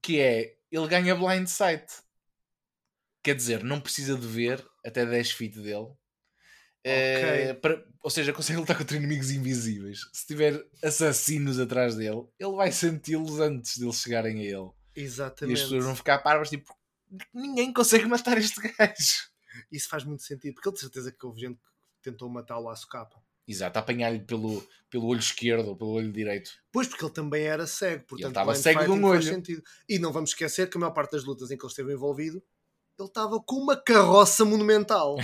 Speaker 1: Que é, ele ganha blind sight. Quer dizer, não precisa de ver até 10 feet dele. Eh, para- ou seja, consegue lutar contra inimigos invisíveis. Se tiver assassinos atrás dele, ele vai senti-los antes de eles chegarem a ele. E as
Speaker 4: Exatamente.
Speaker 1: pessoas vão ficar parvas, tipo, ninguém consegue matar este gajo.
Speaker 4: Isso faz muito sentido, porque ele de certeza que houve gente que tentou matá-lo à socapa.
Speaker 1: Exato, apanhar-lhe pelo, pelo olho esquerdo ou pelo olho direito.
Speaker 4: Pois, porque ele também era cego, portanto
Speaker 1: estava
Speaker 4: blind
Speaker 1: cego de um
Speaker 4: fighting faz
Speaker 1: olho.
Speaker 4: sentido. E não vamos esquecer que a maior parte das lutas em que ele esteve envolvido, ele estava com uma carroça monumental.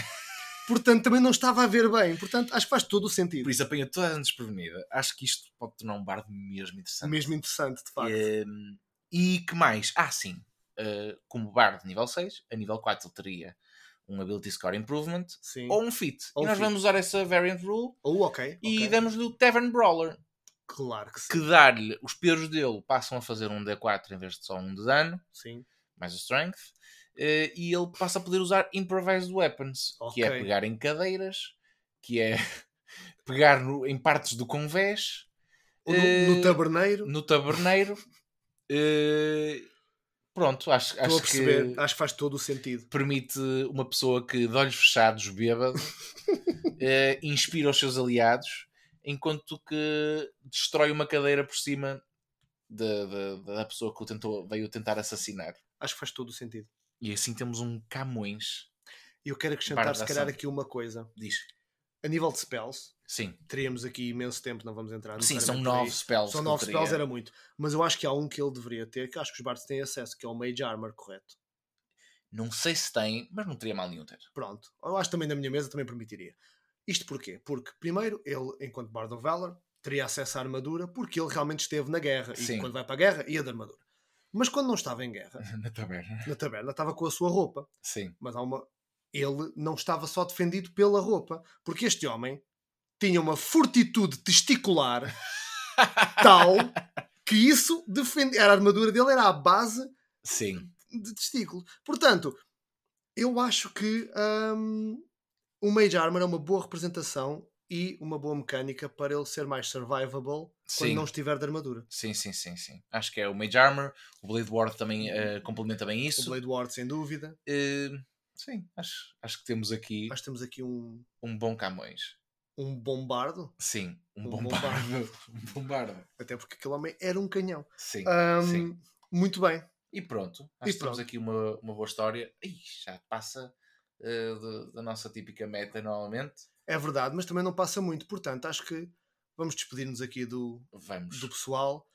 Speaker 4: portanto, também não estava a ver bem. Portanto, acho que faz todo o sentido.
Speaker 1: Por isso apanha toda a gente desprevenida. Acho que isto pode tornar um bardo mesmo interessante.
Speaker 4: Mesmo interessante, de facto.
Speaker 1: Ehm, e que mais? Ah, sim. eh, como bardo nível 6, a nível 4 ele teria um Ability Score Improvement
Speaker 4: Sim. Ou,
Speaker 1: ou um fit.
Speaker 4: Ou
Speaker 1: e
Speaker 4: um
Speaker 1: nós
Speaker 4: feat.
Speaker 1: vamos usar essa Variant Rule
Speaker 4: ok.
Speaker 1: e
Speaker 4: ok.
Speaker 1: damos-lhe o Tavern Brawler.
Speaker 4: Claro que sim.
Speaker 1: Que dar-lhe, os pesos dele passam a fazer um D4 em vez de só um de dano.
Speaker 4: Sim.
Speaker 1: mais o Strength, eh, e ele passa a poder usar Improvised Weapons, que é
Speaker 4: Ok.
Speaker 1: pegar em cadeiras, que é pegar no- em partes do convés,
Speaker 4: Ou
Speaker 1: Eh,
Speaker 4: No, no taberneiro,
Speaker 1: no taberneiro. eh, pronto, acho,
Speaker 4: estou a
Speaker 1: acho
Speaker 4: perceber.
Speaker 1: que
Speaker 4: Acho que faz todo o sentido.
Speaker 1: permite uma pessoa que, de olhos fechados, bêbado, eh, inspira os seus aliados, enquanto que destrói uma cadeira por cima da- da- da pessoa que o tentou, veio tentar assassinar.
Speaker 4: Acho que faz todo o sentido.
Speaker 1: E assim temos um Camões.
Speaker 4: E eu quero acrescentar,
Speaker 1: Barra
Speaker 4: se
Speaker 1: da
Speaker 4: calhar,
Speaker 1: ação.
Speaker 4: aqui uma coisa.
Speaker 1: Diz.
Speaker 4: A nível de spells,
Speaker 1: Sim.
Speaker 4: teríamos aqui imenso tempo, não vamos entrar
Speaker 1: Sim, são
Speaker 4: necessariamente por aí.
Speaker 1: nove
Speaker 4: São
Speaker 1: spells. que eu
Speaker 4: nove
Speaker 1: teria.
Speaker 4: spells, era muito. Mas eu acho que há um que ele deveria ter, que acho que os bardos têm acesso, que é o Mage Armor, correto?
Speaker 1: Não sei se tem, mas não teria mal nenhum ter.
Speaker 4: Pronto. Eu acho que também na minha mesa também permitiria. Isto porquê? Porque, primeiro, ele, enquanto Bard of Valor, teria acesso à armadura, porque ele realmente esteve na guerra. E
Speaker 1: Sim.
Speaker 4: quando vai para a guerra, ia de armadura. Mas quando não estava em guerra,
Speaker 1: Na taberna.
Speaker 4: na taberna, estava com a sua roupa.
Speaker 1: Sim.
Speaker 4: Mas há uma... ele não estava só defendido pela roupa, porque este homem tinha uma fortitude testicular tal que isso defende... era a armadura dele, era a base
Speaker 1: Sim.
Speaker 4: de testículo. Portanto, eu acho que hum, o Mage Armor é uma boa representação e uma boa mecânica para ele ser mais survivable
Speaker 1: Sim.
Speaker 4: quando não estiver de armadura.
Speaker 1: Sim, sim, sim, sim. Acho que é o Mage Armor, o Blade Ward também eh, complementa bem
Speaker 4: Hum. O
Speaker 1: isso.
Speaker 4: Blade Ward, sem dúvida.
Speaker 1: Eh, sim, acho, acho que temos aqui
Speaker 4: Nós temos aqui um,
Speaker 1: um bom Camões.
Speaker 4: um bombardo,
Speaker 1: Sim, um,
Speaker 4: Um
Speaker 1: bom
Speaker 4: bombardo.
Speaker 1: bombardo. um bombardo.
Speaker 4: até porque aquele homem era um canhão.
Speaker 1: Sim,
Speaker 4: Hum,
Speaker 1: sim.
Speaker 4: Muito bem.
Speaker 1: E pronto. Acho
Speaker 4: e
Speaker 1: que temos
Speaker 4: pronto.
Speaker 1: aqui uma, uma boa história. Ih, já passa eh, da- da nossa típica meta normalmente.
Speaker 4: É verdade, mas também não passa muito. Portanto, acho que vamos despedir-nos aqui do,
Speaker 1: Vamos.
Speaker 4: do pessoal.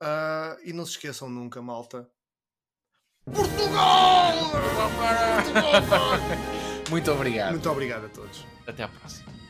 Speaker 4: Ah, e não se esqueçam nunca, malta.
Speaker 6: Portugal! Portugal!
Speaker 1: Muito obrigado.
Speaker 4: Muito obrigado a todos.
Speaker 1: Até à próxima.